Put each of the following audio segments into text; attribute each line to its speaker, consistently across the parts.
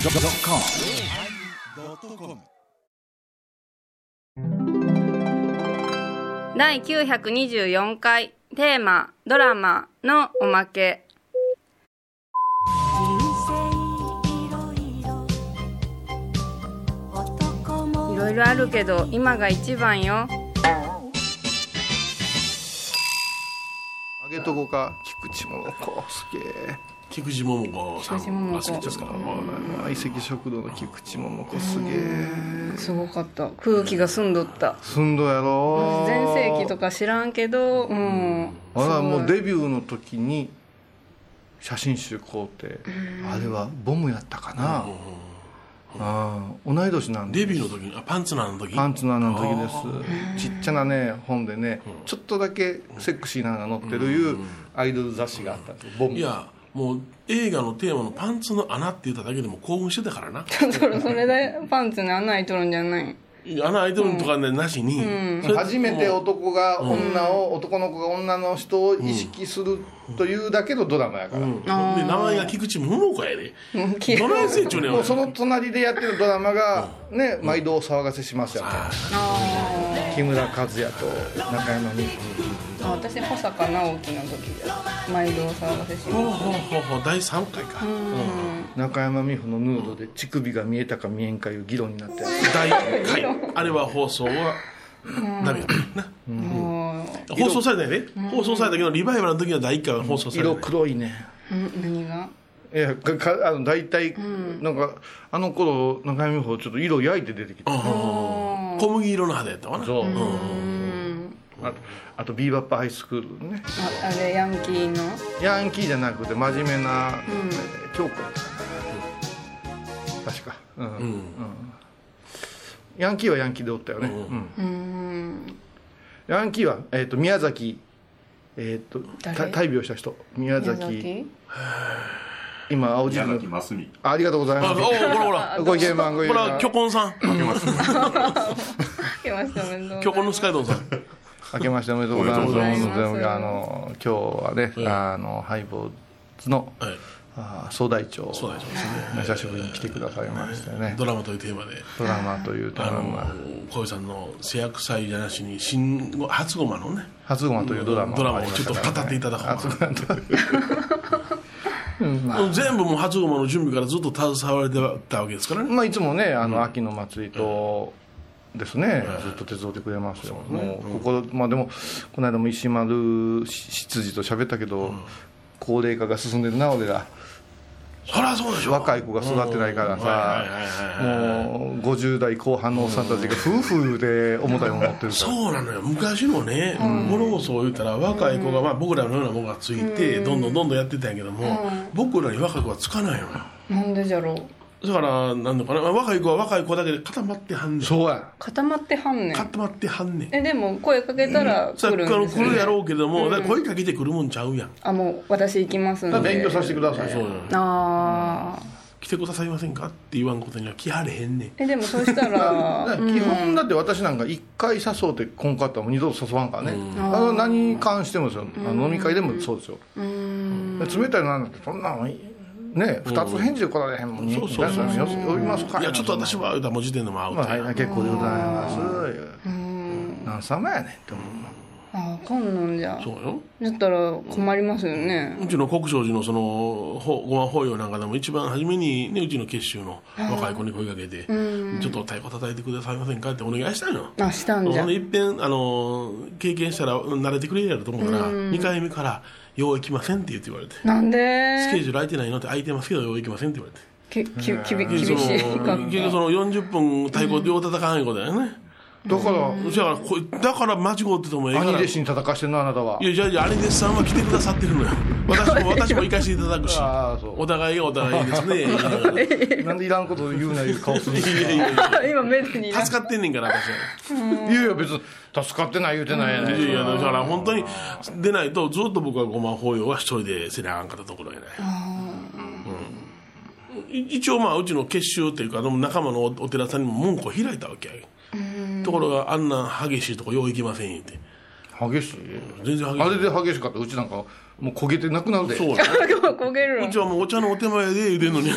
Speaker 1: YONNIRI.com
Speaker 2: 第924回テーマ「ドラマ」のおまけ
Speaker 3: 人生いろいろ男
Speaker 2: い
Speaker 3: も
Speaker 2: ろいろあるけど今が一番よ
Speaker 4: あげとこか菊池桃子すげえ
Speaker 5: 菊池桃子さ
Speaker 2: 菊池桃
Speaker 5: ん
Speaker 2: 子
Speaker 5: が好きですから、
Speaker 4: 相席食堂の菊池桃子すげえ
Speaker 2: すごかった空気が澄んどった
Speaker 4: すんどやろ
Speaker 2: 全盛期とか知らんけどうん
Speaker 4: あら
Speaker 2: すごい
Speaker 4: もうデビューの時に写真集買うてあれはボムやったかなああ同い年なんで
Speaker 5: デビューの時にあパンツの穴の時
Speaker 4: パンツの穴の時ですちっちゃなね本でねちょっとだけセクシーなのが載ってるいうアイドル雑誌があったんですボム
Speaker 5: いやもう映画のテーマのパンツの穴って言っただけでも興奮してたからな
Speaker 2: それそれでパンツに穴開いとるんじゃない
Speaker 5: 穴開いてるのとかねなしに、それ
Speaker 4: 初めて男が女を、男の子が女の人を意識するというだけのドラマやから、
Speaker 5: で名前が菊池桃子やで
Speaker 2: もう消え
Speaker 5: どないせいちょねん
Speaker 4: もうその隣でやってるドラマがね、毎度お騒がせしますやんか
Speaker 2: あ
Speaker 4: 木村和也と中山美
Speaker 2: ーあ私保坂直樹の時だ毎度お騒がせし
Speaker 5: ほう
Speaker 2: ま
Speaker 5: ほうほうほう第3回か、
Speaker 4: 中山美穂のヌードで乳首が見えたか見えんかいう議論になってる
Speaker 5: 第1回あれは放送はダメやったな
Speaker 2: すも
Speaker 5: 放送されたんやで、放送されたけどリバイバルの時は第1回は放送された
Speaker 4: 色黒いね
Speaker 2: う、ん、何が
Speaker 4: いやかかあの大体なんか、あの頃中山美穂ちょっと色焼いて出てきた、
Speaker 5: 小麦色の肌やったわな
Speaker 4: そ
Speaker 2: う
Speaker 4: う、
Speaker 2: ん
Speaker 4: あとあとビーバップハイスクールね
Speaker 2: ああれヤンキーの
Speaker 4: ヤンキーじゃなくて真面目な、京子確か、うんうんヤンキーはヤンキーでおったよね、うん
Speaker 2: うん
Speaker 4: ヤンキーは、えー、と宮崎、えー、と
Speaker 2: 誰
Speaker 4: た大病した人宮
Speaker 2: 宮
Speaker 4: 崎
Speaker 2: 崎
Speaker 4: 今青汁の
Speaker 6: 真澄
Speaker 4: あありがとうござい
Speaker 5: あお
Speaker 4: ま
Speaker 5: おほらほら
Speaker 4: すご意見番ご意
Speaker 5: ほ
Speaker 4: 見
Speaker 5: ら巨根さん
Speaker 2: 来ましたおめでとうございます
Speaker 5: 巨根のスカイドンさん
Speaker 4: 明けましておめでとうございます
Speaker 6: おめで
Speaker 2: とうございます
Speaker 4: あの今日はね、あのハイボーズの
Speaker 5: はい
Speaker 4: あー総大長
Speaker 5: そうなんですね
Speaker 4: 久しぶりに来てくださいましたよね
Speaker 5: ドラマというテーマで
Speaker 4: ドラマというド
Speaker 5: あ
Speaker 4: ラ
Speaker 5: の
Speaker 4: マ
Speaker 5: 小井さんの「製薬祭」じゃなしに新ご初ごまのね
Speaker 4: 初ゴマというドラマ
Speaker 5: ドラマをちょっと語っていただこうかな
Speaker 4: 初ゴマという
Speaker 5: 全部もう初ごまの準備からずっと携われてたわけですからね
Speaker 4: まあいつもねあの秋の祭りとですね、ずっと手伝ってくれますよ、もうここ、まあでもこの間も石丸執事と喋ったけど、高齢化が進んでるな俺ら
Speaker 5: そりゃそうでしょ
Speaker 4: 若い子が育ってないからさもう50代後半のおっさんたちが夫婦で重たいもの持ってるから、
Speaker 5: そうなのよ昔もね物事を言ったら若い子がまあ僕らのようなものがついてどんどんどんどんやってたんやけども僕らに若い子はつかないよな
Speaker 2: なんでじゃろう
Speaker 5: だからなんのかな若い子は若い子だけで固まってはんねん
Speaker 4: そうや
Speaker 2: 固まってはんねん
Speaker 5: 固まってはんねん
Speaker 2: えでも声かけたら
Speaker 5: さ
Speaker 2: 来るんです
Speaker 5: 来
Speaker 2: よ、
Speaker 5: るや
Speaker 2: ね、
Speaker 5: ろうけどもだから声かけてくるもんちゃうやん
Speaker 2: あもう私行きますんで
Speaker 4: 勉強させてくださいよ
Speaker 2: ああ
Speaker 5: 来てくださいませんかって言わんことには来はれへんねん
Speaker 2: えでもそうしたら
Speaker 4: だから基本だって私なんか一回誘うてこんかったらもう二度と誘わんからね、あの何に関してもですよ、あの飲み会でもそうですよ、冷たいのなんだってそんなのね二つ返事で来られへんもんね、
Speaker 5: そうそうそう
Speaker 4: よそ呼びますか
Speaker 5: いやちょっと私は言うたらもう時点でも会う
Speaker 4: まあ、
Speaker 5: て、
Speaker 4: はい、結構でございます何様やねんって思う
Speaker 2: ああかんのんじゃ
Speaker 5: そうよ
Speaker 2: だったら困りますよね
Speaker 5: うちの国生寺のそのほごま法要なんかでも一番初めに、ね、うちの結集の若い子に声かけて、ちょっと太鼓叩いてくださいませんかってお願いしたのよ
Speaker 2: あしたんじ
Speaker 5: ほ
Speaker 2: ゃ
Speaker 5: んでいっぺんあの経験したらうん慣れてくれるやろと思うから、2回目から「よう行きません」って言って言われて、
Speaker 2: なん
Speaker 5: スケ
Speaker 2: で
Speaker 5: ジュール空いてないのって空いてますけどよう行きませんって言われて
Speaker 2: きききび厳
Speaker 5: で
Speaker 2: しい
Speaker 5: そ
Speaker 2: か
Speaker 5: の
Speaker 2: っ
Speaker 5: 結局その40分太鼓両叩かないことだよね、
Speaker 4: だから
Speaker 5: だからこだから間違っててもええから
Speaker 4: 兄弟子に叩かしてんのあなたはい
Speaker 5: やじゃあじゃあ兄弟子さんは来てくださってるのよ私も私も行かせていただくし
Speaker 4: ああそ
Speaker 5: お互いがお互いですねいやいう
Speaker 4: なんでいらんこと言うないう顔するんですか
Speaker 5: やいや
Speaker 2: た 今目でにな
Speaker 5: 助かってんねんから私はい
Speaker 4: やいや別に助かってない言うてないやない
Speaker 5: いやいやだから本当に出ないとずっと僕はごま法要は一人でせなあかんかったところやね、うん、い一応まあうちの結集っていうかあの仲間のおお寺さんにも門戸開いたわけやところがあんな激しいとこよう行きません言って
Speaker 4: 激しい
Speaker 5: 全然激しい
Speaker 4: あれで激しかったらうちなんかもう焦げてなくなるで
Speaker 5: そうね
Speaker 2: 焦げる
Speaker 5: うちはもうお茶のお手前で茹でるのに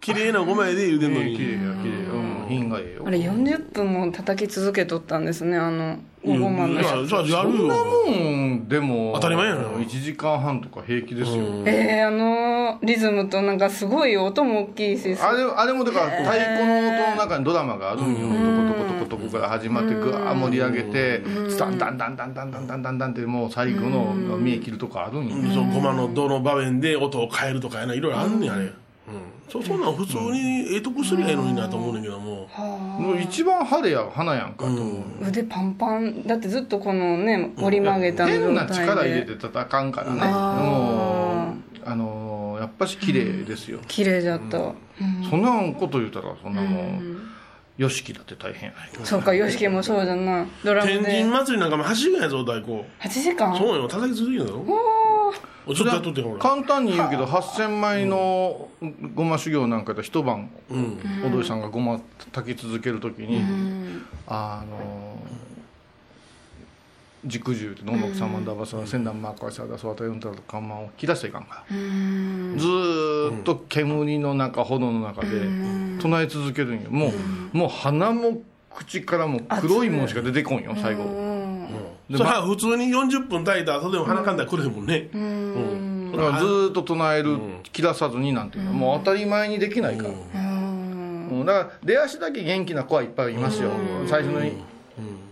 Speaker 5: 綺麗なごまやで茹でるの
Speaker 4: ええ
Speaker 5: に
Speaker 4: 綺麗や綺麗うん品がええよ
Speaker 2: あれ40分も叩き続けとったんですねあのおごま
Speaker 5: い
Speaker 2: の
Speaker 5: やそうやるよ
Speaker 4: うんでも
Speaker 5: 当たり前やろ
Speaker 4: 1時間半とか平気ですよ、
Speaker 2: えー、あのリズムとなんかすごい音も大きいし
Speaker 4: あれあれもだから太鼓の音の中にドラマがあるんよ、トコトコトコトコから始まってぐわー盛り上げてダンダンダンダンダンダンダンダンダンってもう最後の見え切るとこあるんよ、
Speaker 5: そうごまのどの場面で音を変えるとかやないろいろあんねやね、うんそうそんなん普通にええとこすりゃええのになと思うねんけども、
Speaker 4: もう一番晴れや花やんかと、
Speaker 2: 腕パンパンだってずっとこのね折り曲げたの
Speaker 4: 変
Speaker 2: 状
Speaker 4: な
Speaker 2: 態で
Speaker 4: 力入れて叩かんからねもうあのーやっぱし綺麗ですよ、
Speaker 2: 綺麗じゃった、
Speaker 4: そんなこと言うたらそんなもう YOSHIKI だって大変やないか
Speaker 2: そうか YOSHIKI もそうじゃなドラム
Speaker 5: 天
Speaker 2: で
Speaker 5: 神祭りなんかも走るやぞ太鼓
Speaker 2: 8時間
Speaker 5: そうよ叩き続けるだろおちょっとやっとってよほら
Speaker 4: 簡単に言うけど8000枚のごま修行なんかで一晩踊りさんがごま炊き続けるときに、あの軸獣って農木三万だばさ千段マーカーさだそわたよんたらと看板を切らしていかんからずーっと煙の中炎の中で唱え続けるんよもうもう鼻も口からも黒いもんしか出てこんよ最後
Speaker 5: それは普通に40分炊いた後でも鼻かんだら来るもんねうん
Speaker 4: だからずーっと唱える、切らさずになんていうのはもう当たり前にできないから、うんだから出足だけ元気な子はいっぱいいますよ、最初のい、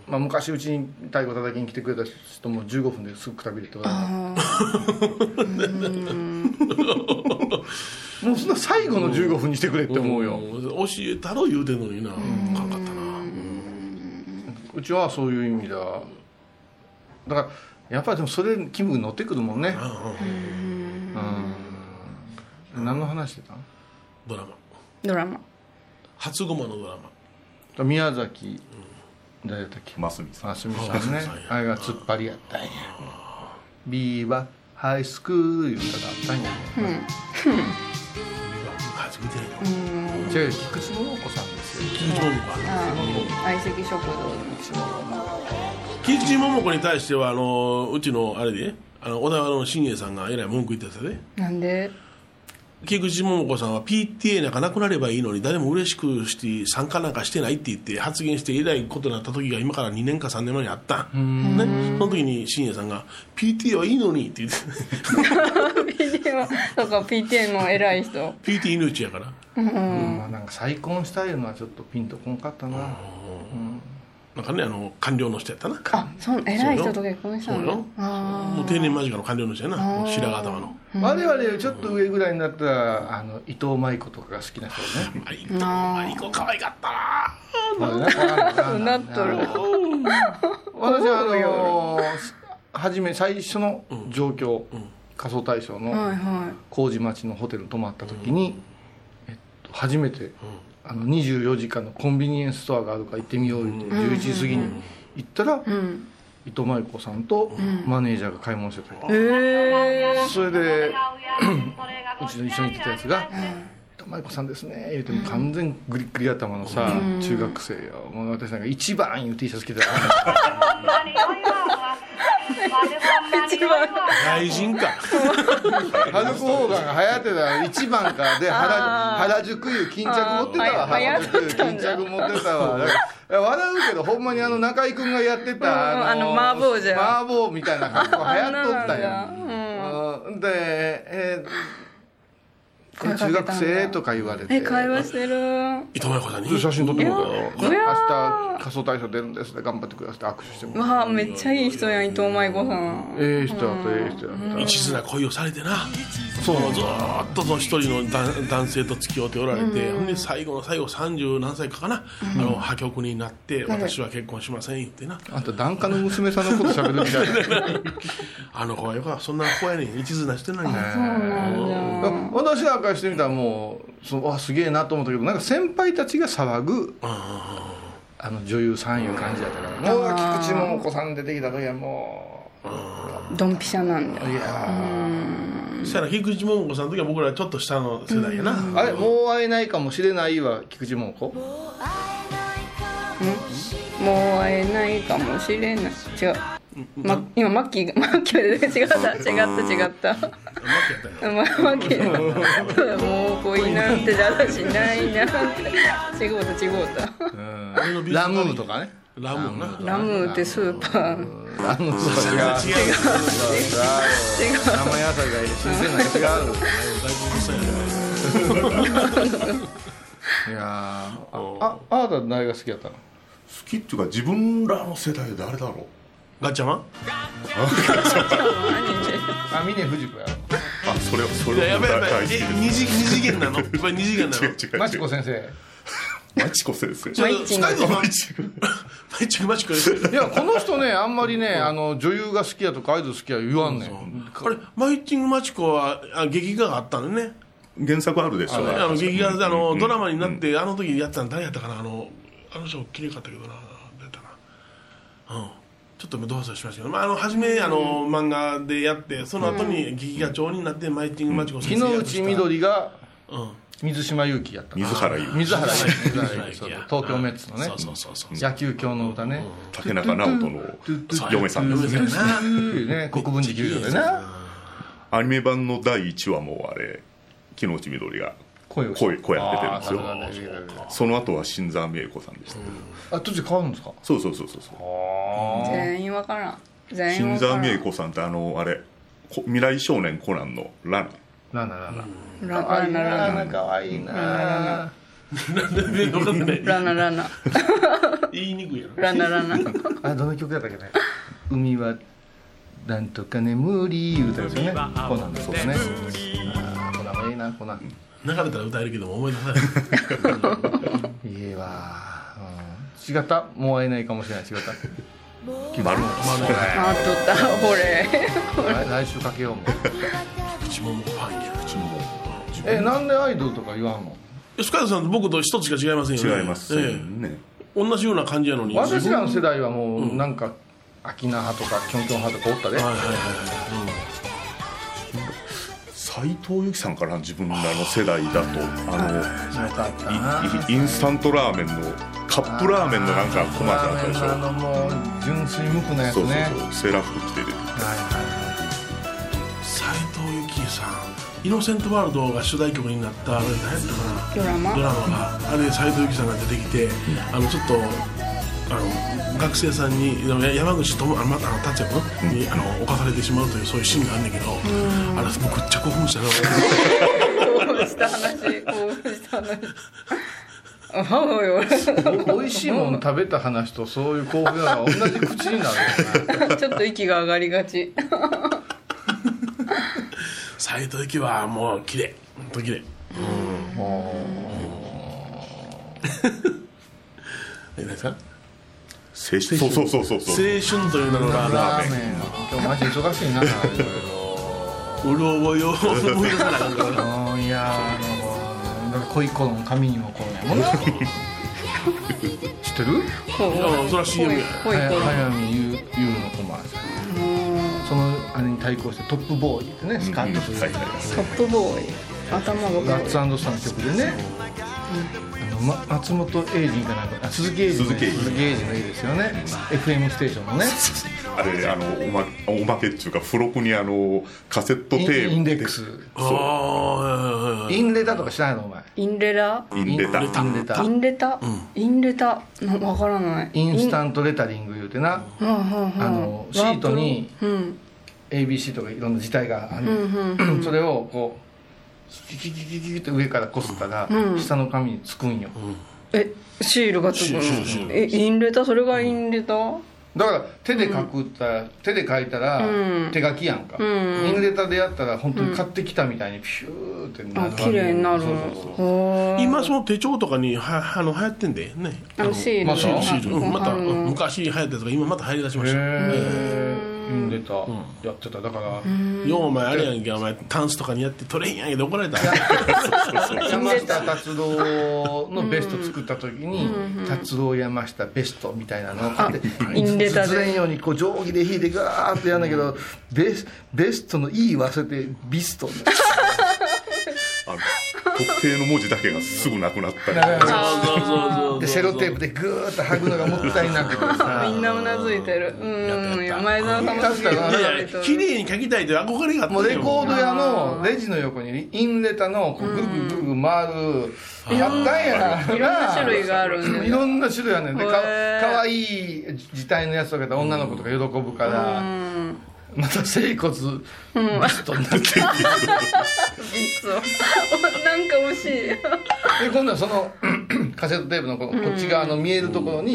Speaker 4: まあ、昔うちに太鼓叩きに来てくれた人も15分ですぐくたびれても うそんな最後の15分にしてくれって思うよ、
Speaker 5: 教えたろ言うてんのになあかんかったな
Speaker 4: うちはそういう意味ではだからやっぱりでもそれに気分乗ってくるもんねうん何の話してたの
Speaker 5: ドラマ
Speaker 2: ドラマ
Speaker 5: 初ごまのドラマ
Speaker 4: 宮崎誰だったっけ
Speaker 1: マスミさん
Speaker 4: あすみさんね
Speaker 5: そうそうそう
Speaker 4: あれが突っ張りやったんや「ビーバーハイスクール」いう歌があったんや
Speaker 5: 初見てないの
Speaker 4: 違う菊池桃子さんですよ
Speaker 5: 菊池桃子は
Speaker 2: 相席食堂
Speaker 5: 菊池桃子に対してはあのうちのあれであの小田原の新栄さんがえらい文句言ってたで
Speaker 2: なんで
Speaker 5: 菊池桃子さんは PTA なんかなくなればいいのに誰も嬉しくして参加なんかしてないって言って発言してえらいことになった時が今から2年か3年前にあったん、ね、その時に新栄さんが「PTA はいいのに」って言って
Speaker 2: PTA はそうか PTA の偉い人
Speaker 5: PTA 命やから
Speaker 4: まあなんか再婚したいうのはちょっとピンとこんかったな
Speaker 5: なんかねあの官僚の人やったな
Speaker 2: あそう偉い人と結婚した
Speaker 5: そう
Speaker 2: の
Speaker 5: よもう定年間近の官僚の人やなもう白髪頭の
Speaker 4: 我々よりちょっと上ぐらいになったらあの伊藤舞子とかが好きな人ね
Speaker 5: マリコマリコ可愛かったな
Speaker 4: そう
Speaker 2: なっとる
Speaker 4: 私はあの初め最初の状況、仮想大賞の
Speaker 2: はいは
Speaker 4: 麹町のホテルに泊まった時に、えっと、初めて、あの24時間のコンビニエンスストアがあるから行ってみようって11時過ぎに行ったら、伊藤真由子さんとマネージャーが買い物してた、
Speaker 2: いへえ
Speaker 4: それでうちの一緒に来たやつが「伊藤真由子さんですね」言うても完全グリッグリ頭のさ、中学生よもう私なんか一番いう T シャツ着てたから
Speaker 2: 一番
Speaker 5: 外人か
Speaker 4: 春子方眼が流行ってた一番かで原原宿湯巾着持ってたわ
Speaker 2: あー
Speaker 4: 原宿湯巾着持ってたわだから笑うけどほんまにあの中居君がやっ
Speaker 2: う
Speaker 4: てた
Speaker 2: んあの麻婆じゃん
Speaker 4: 麻婆みたいな格好流行っとった
Speaker 2: あんなの
Speaker 4: ようんで、えー
Speaker 2: 声かけたん
Speaker 4: 中
Speaker 2: だ
Speaker 4: 学生とか言われて
Speaker 2: え会話してる
Speaker 5: 伊藤真理子さんに
Speaker 4: 写真撮ってもらうから
Speaker 2: いや
Speaker 4: 明日仮装大賞出るんですね頑張ってくださいって握手してもらう
Speaker 2: わあめっちゃいい人やん伊藤舞子さん
Speaker 4: ええ人だったええ人だった
Speaker 5: 一途な恋をされてな
Speaker 4: そうなん
Speaker 5: ずーっとその一人の男男性と付き合っておられて、ほんで最後の最後三十何歳かかな、あの破局になって私は結婚しません言ってな、
Speaker 4: あんた檀家の娘さんのこと喋るみたいな
Speaker 5: あの子はよかそんな子やねん一途な人なんや
Speaker 4: 私なんかしてみたらもうそのあすげえなと思ったけどなんか先輩たちが騒ぐあの女優さんいう感じだったからもう菊池桃子さん出てきた時はも
Speaker 2: ドンピシャなんだ
Speaker 4: ういや
Speaker 5: そしたら菊池桃子さんの時は僕らちょっと下の世代やな、
Speaker 4: ーあれもう会えないかもしれないわ菊池桃子
Speaker 3: 会えないかもしれ
Speaker 2: もう会えないかもしれない違う、ま、今マッキーがマ ッキーが出て違った違った違った
Speaker 5: うまくやったんや
Speaker 2: まあ、わけだもう恋なんて私ないなって違うた違うた
Speaker 5: 俺のビー
Speaker 4: ラ
Speaker 5: ズ
Speaker 4: ムーとかね
Speaker 5: ラムーな
Speaker 2: ラムーってスーパー
Speaker 4: ラムーと
Speaker 5: 全
Speaker 4: か違う
Speaker 5: 然違
Speaker 4: 違
Speaker 5: う
Speaker 4: う生野菜が新鮮なの違う
Speaker 5: だいぶ臭
Speaker 4: い
Speaker 5: いや
Speaker 4: やーあああなた誰が好きだったの
Speaker 1: 好きっていうか自分らの世代誰だろう
Speaker 5: ガッチャマン
Speaker 4: あ峰不二子やろ
Speaker 1: あそれはそ
Speaker 5: いや
Speaker 1: れ
Speaker 5: や
Speaker 1: は
Speaker 5: ばいやばいえ
Speaker 1: 大好きです
Speaker 5: 二次二次元なのこれ二次元な
Speaker 1: 違う違
Speaker 5: の
Speaker 1: う違う
Speaker 4: マチコ先生
Speaker 1: マチコ先生
Speaker 5: ちょ
Speaker 2: マ
Speaker 5: っ
Speaker 2: イ
Speaker 5: と
Speaker 2: チ
Speaker 5: ス
Speaker 2: ング
Speaker 5: カイドさんマイチングマイチング
Speaker 4: いやこの人ねあんまりねあの女優が好きやとかアイドル好きや言わんねん
Speaker 5: あれマイチングマチコはあ劇画があったのね
Speaker 1: 原作あるでしょ
Speaker 5: あの劇画であ
Speaker 1: う
Speaker 5: の
Speaker 1: ん
Speaker 5: ドラマになってあの時やってたの誰やったかなあのあの人綺麗かったけどな誰やったかなうんちょっとどうせしましたけど、まあ、あの初めあの漫画でやってその後に劇画調になってマイチングマチコ
Speaker 4: 木
Speaker 5: 先生
Speaker 4: 之
Speaker 5: やって
Speaker 4: 内
Speaker 5: た
Speaker 4: みどりが
Speaker 5: うん
Speaker 4: 水島勇輝やった
Speaker 1: 水原優
Speaker 4: 水原優水
Speaker 5: 水
Speaker 4: 原
Speaker 5: 原
Speaker 4: 優
Speaker 5: ゆき
Speaker 4: そう
Speaker 5: や
Speaker 4: 東京メッツのね
Speaker 5: そうそうそうそう
Speaker 4: 野球教の歌ね
Speaker 1: 竹中直人の嫁さんですね
Speaker 5: 嫁さんやな
Speaker 4: ね国分寺球場でな
Speaker 1: アニメ版の第1話もあれ木之内みどりが
Speaker 4: 声を
Speaker 1: 声声や
Speaker 4: あー
Speaker 1: っててるんですよ
Speaker 4: そうなんだ
Speaker 1: その後は新沢美恵子さんでしたけど
Speaker 4: あ途中変わるんですか
Speaker 1: そうそうそうそうそう
Speaker 2: 全員わからん全員
Speaker 1: 新
Speaker 2: わから
Speaker 1: 沢
Speaker 2: ん
Speaker 1: 美恵子さんってあのあれこ未来少年コナンのラナ
Speaker 4: なんだなんだ
Speaker 2: ラ
Speaker 4: 可愛い
Speaker 2: ラララ
Speaker 4: な可愛いな
Speaker 5: 全然分かんない
Speaker 2: ラナラナ
Speaker 5: 言いにくいやろ
Speaker 2: ラナラナ
Speaker 4: あどの曲だったっけね海はなんとかね無理言うたんですよねコナンのそうですねあーコナンはいいなコナン
Speaker 5: 流れたら歌えるけども思い出さない
Speaker 4: いいわ、うん、違ったもう会えないかもしれない違った
Speaker 1: マル
Speaker 2: あっとったこれ
Speaker 4: 来来週かけようもう
Speaker 5: 口ももファンや口も
Speaker 4: えなんでアイドルとか言わんの
Speaker 5: スカイさんと僕と一つしか違いませんよね
Speaker 1: 違います
Speaker 5: ええ
Speaker 1: ね
Speaker 5: 同じような感じやのに
Speaker 4: 私ら
Speaker 5: は
Speaker 4: の世代はもうなんか秋名派とかキョンキョン派とかおったで
Speaker 5: いはいはいはい、うん
Speaker 1: 斎藤由貴さんから自分らの世代だとあ
Speaker 4: 冷たったな
Speaker 1: のいいインスタントラーメンのカップラーメンのなんかコマーシャルあった
Speaker 4: あの
Speaker 1: でし
Speaker 4: もう純粋無垢なやつ
Speaker 1: ょそう
Speaker 4: ね
Speaker 1: そうそうセーラー服着て出てきた
Speaker 5: 斉藤由貴さん「イノセントワールド」が主題曲になったあれ何やった
Speaker 2: ド
Speaker 5: か
Speaker 2: ラマ
Speaker 5: なドラマがあれ斉藤由貴さんが出てきてあのちょっとあの学生さんにあのや山口智あまあの達也君にあの犯されてしまうというそういうシーンがあんねんけどあれ僕めっちゃ興奮したな
Speaker 2: 興奮した話興奮した話あおいおい
Speaker 4: お美味しいもの食べた話とそういう興奮が同じ口になるよな
Speaker 2: ちょっと息が上がりがち
Speaker 5: 斉藤由貴はもう綺麗本当綺麗うん 何ですか
Speaker 1: 青春そうそうそう
Speaker 5: 青
Speaker 1: そうそう
Speaker 5: 春という名のラーメン
Speaker 4: ラーメン今日マジ忙しいないろいろ
Speaker 5: うろ覚えを思い出さなあかん からな
Speaker 4: うんいやーあのなんか恋子の髪にもこうねもんな知ってる
Speaker 2: こう
Speaker 5: いやそれは CM や
Speaker 2: こういうこう
Speaker 4: 早見優優のコマーシャルそのあれに対抗してトップボーイってねスカートする
Speaker 1: はいは
Speaker 2: ト
Speaker 1: い
Speaker 2: ップボーイ頭がボ
Speaker 4: ガ
Speaker 2: ーイ
Speaker 4: ッツスターの曲でねあの、ま、松本英二かなんかあ鈴木英二の
Speaker 1: 鈴木英二
Speaker 4: 鈴木英二の絵ですよね FM ステーションのね
Speaker 1: あれあのおまおまけっていうか付録にあのカセット
Speaker 4: イ
Speaker 1: テ
Speaker 4: ン
Speaker 1: ープ
Speaker 4: インデックス
Speaker 5: ああ
Speaker 4: インレタとか知らないのお前
Speaker 2: インレラ
Speaker 1: インレタ
Speaker 4: インレタ
Speaker 2: インレタ、インレタなわからない
Speaker 4: インスタントレタリング言うてな
Speaker 2: はあはあ
Speaker 4: あのシートに
Speaker 2: うん
Speaker 4: ABC とかいろんな字体がある、それをこうキキキキキキって上からこすったら、下の紙につくんよ、
Speaker 2: えシールがつくの
Speaker 5: シールシール
Speaker 2: えインレタそれがインレタ、
Speaker 4: だから手で書くったら、手で書いたら手書きやんか、インレタでやったら本当に買ってきたみたいにピューってな
Speaker 2: あ
Speaker 4: る
Speaker 2: 綺麗になる
Speaker 4: そ
Speaker 2: の
Speaker 4: うそうそう
Speaker 2: ほー
Speaker 5: 今その手帳とかにはあの流行ってんでね
Speaker 2: あのシール
Speaker 4: まあ
Speaker 5: シールシールうんまた
Speaker 2: あ
Speaker 5: うん
Speaker 2: の
Speaker 5: 昔流行ったやつが今また流行りだしました
Speaker 4: へえインレタやってただから
Speaker 5: ようお前あれやんけお前タンスとかにやって取れへんやんけで怒られた
Speaker 4: 山下達郎のベスト作った時に「達郎山下ベスト」みたいなのを買って
Speaker 2: インレタで
Speaker 4: ずれんようにこう定規で引いてガーッとやんだけどベスベストの「E」忘れて「ビスト」
Speaker 1: あの特定の文字だけがすぐなくなったり
Speaker 5: そうそうそうそう
Speaker 4: でセロテープでぐーっと剥ぐのがもったいなくて さ
Speaker 2: みんなうなずいてる。うん。いや前澤さんも
Speaker 4: 確かに
Speaker 5: いやいや綺麗に書きたいという憧れがあった
Speaker 4: もう
Speaker 5: の
Speaker 4: レ
Speaker 5: よ
Speaker 4: コード屋のレジの横にインレタのこうぐるぐるぐるぐる回るやったんや
Speaker 2: いろんな種類があるんで
Speaker 4: いろんな種類あるねんでか
Speaker 2: へー
Speaker 4: かわいい字体のやつとかだったら女の子とか喜ぶから、また整骨ビストになって、
Speaker 2: そう。 なんか惜しい。
Speaker 4: で今度はその カセットテープのこのこっち側の見えるところに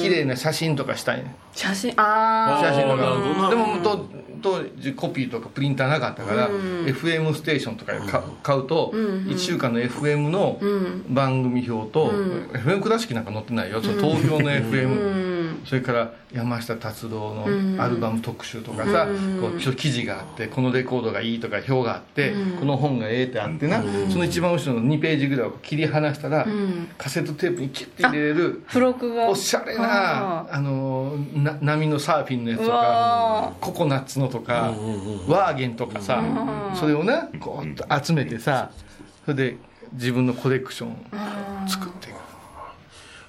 Speaker 4: 綺麗な写真とかしたいね
Speaker 2: 写真、あ
Speaker 4: 写真と
Speaker 5: なるほど
Speaker 4: か
Speaker 5: な
Speaker 4: でもと当時コピーとかプリンターなかったから、FM ステーションとかか買うと、1週間の FM の番組表と、FM 倉敷なんか載ってないよその東京の FM、それから山下達郎のアルバム特集とかさ、こうちょっと記事があってこのレコードがいいとか表があって、この本がええってあってな、その一番後ろの2ページぐらいを切り離したら、カセットテープにキュッて入れれる
Speaker 2: あ。付録が。
Speaker 4: おしゃれなあのな波のサーフィンのやつと
Speaker 2: うわ
Speaker 4: かココナッツのとかワーゲンとかさそれをねこうっと集めてさそれで自分のコレクションを作っていく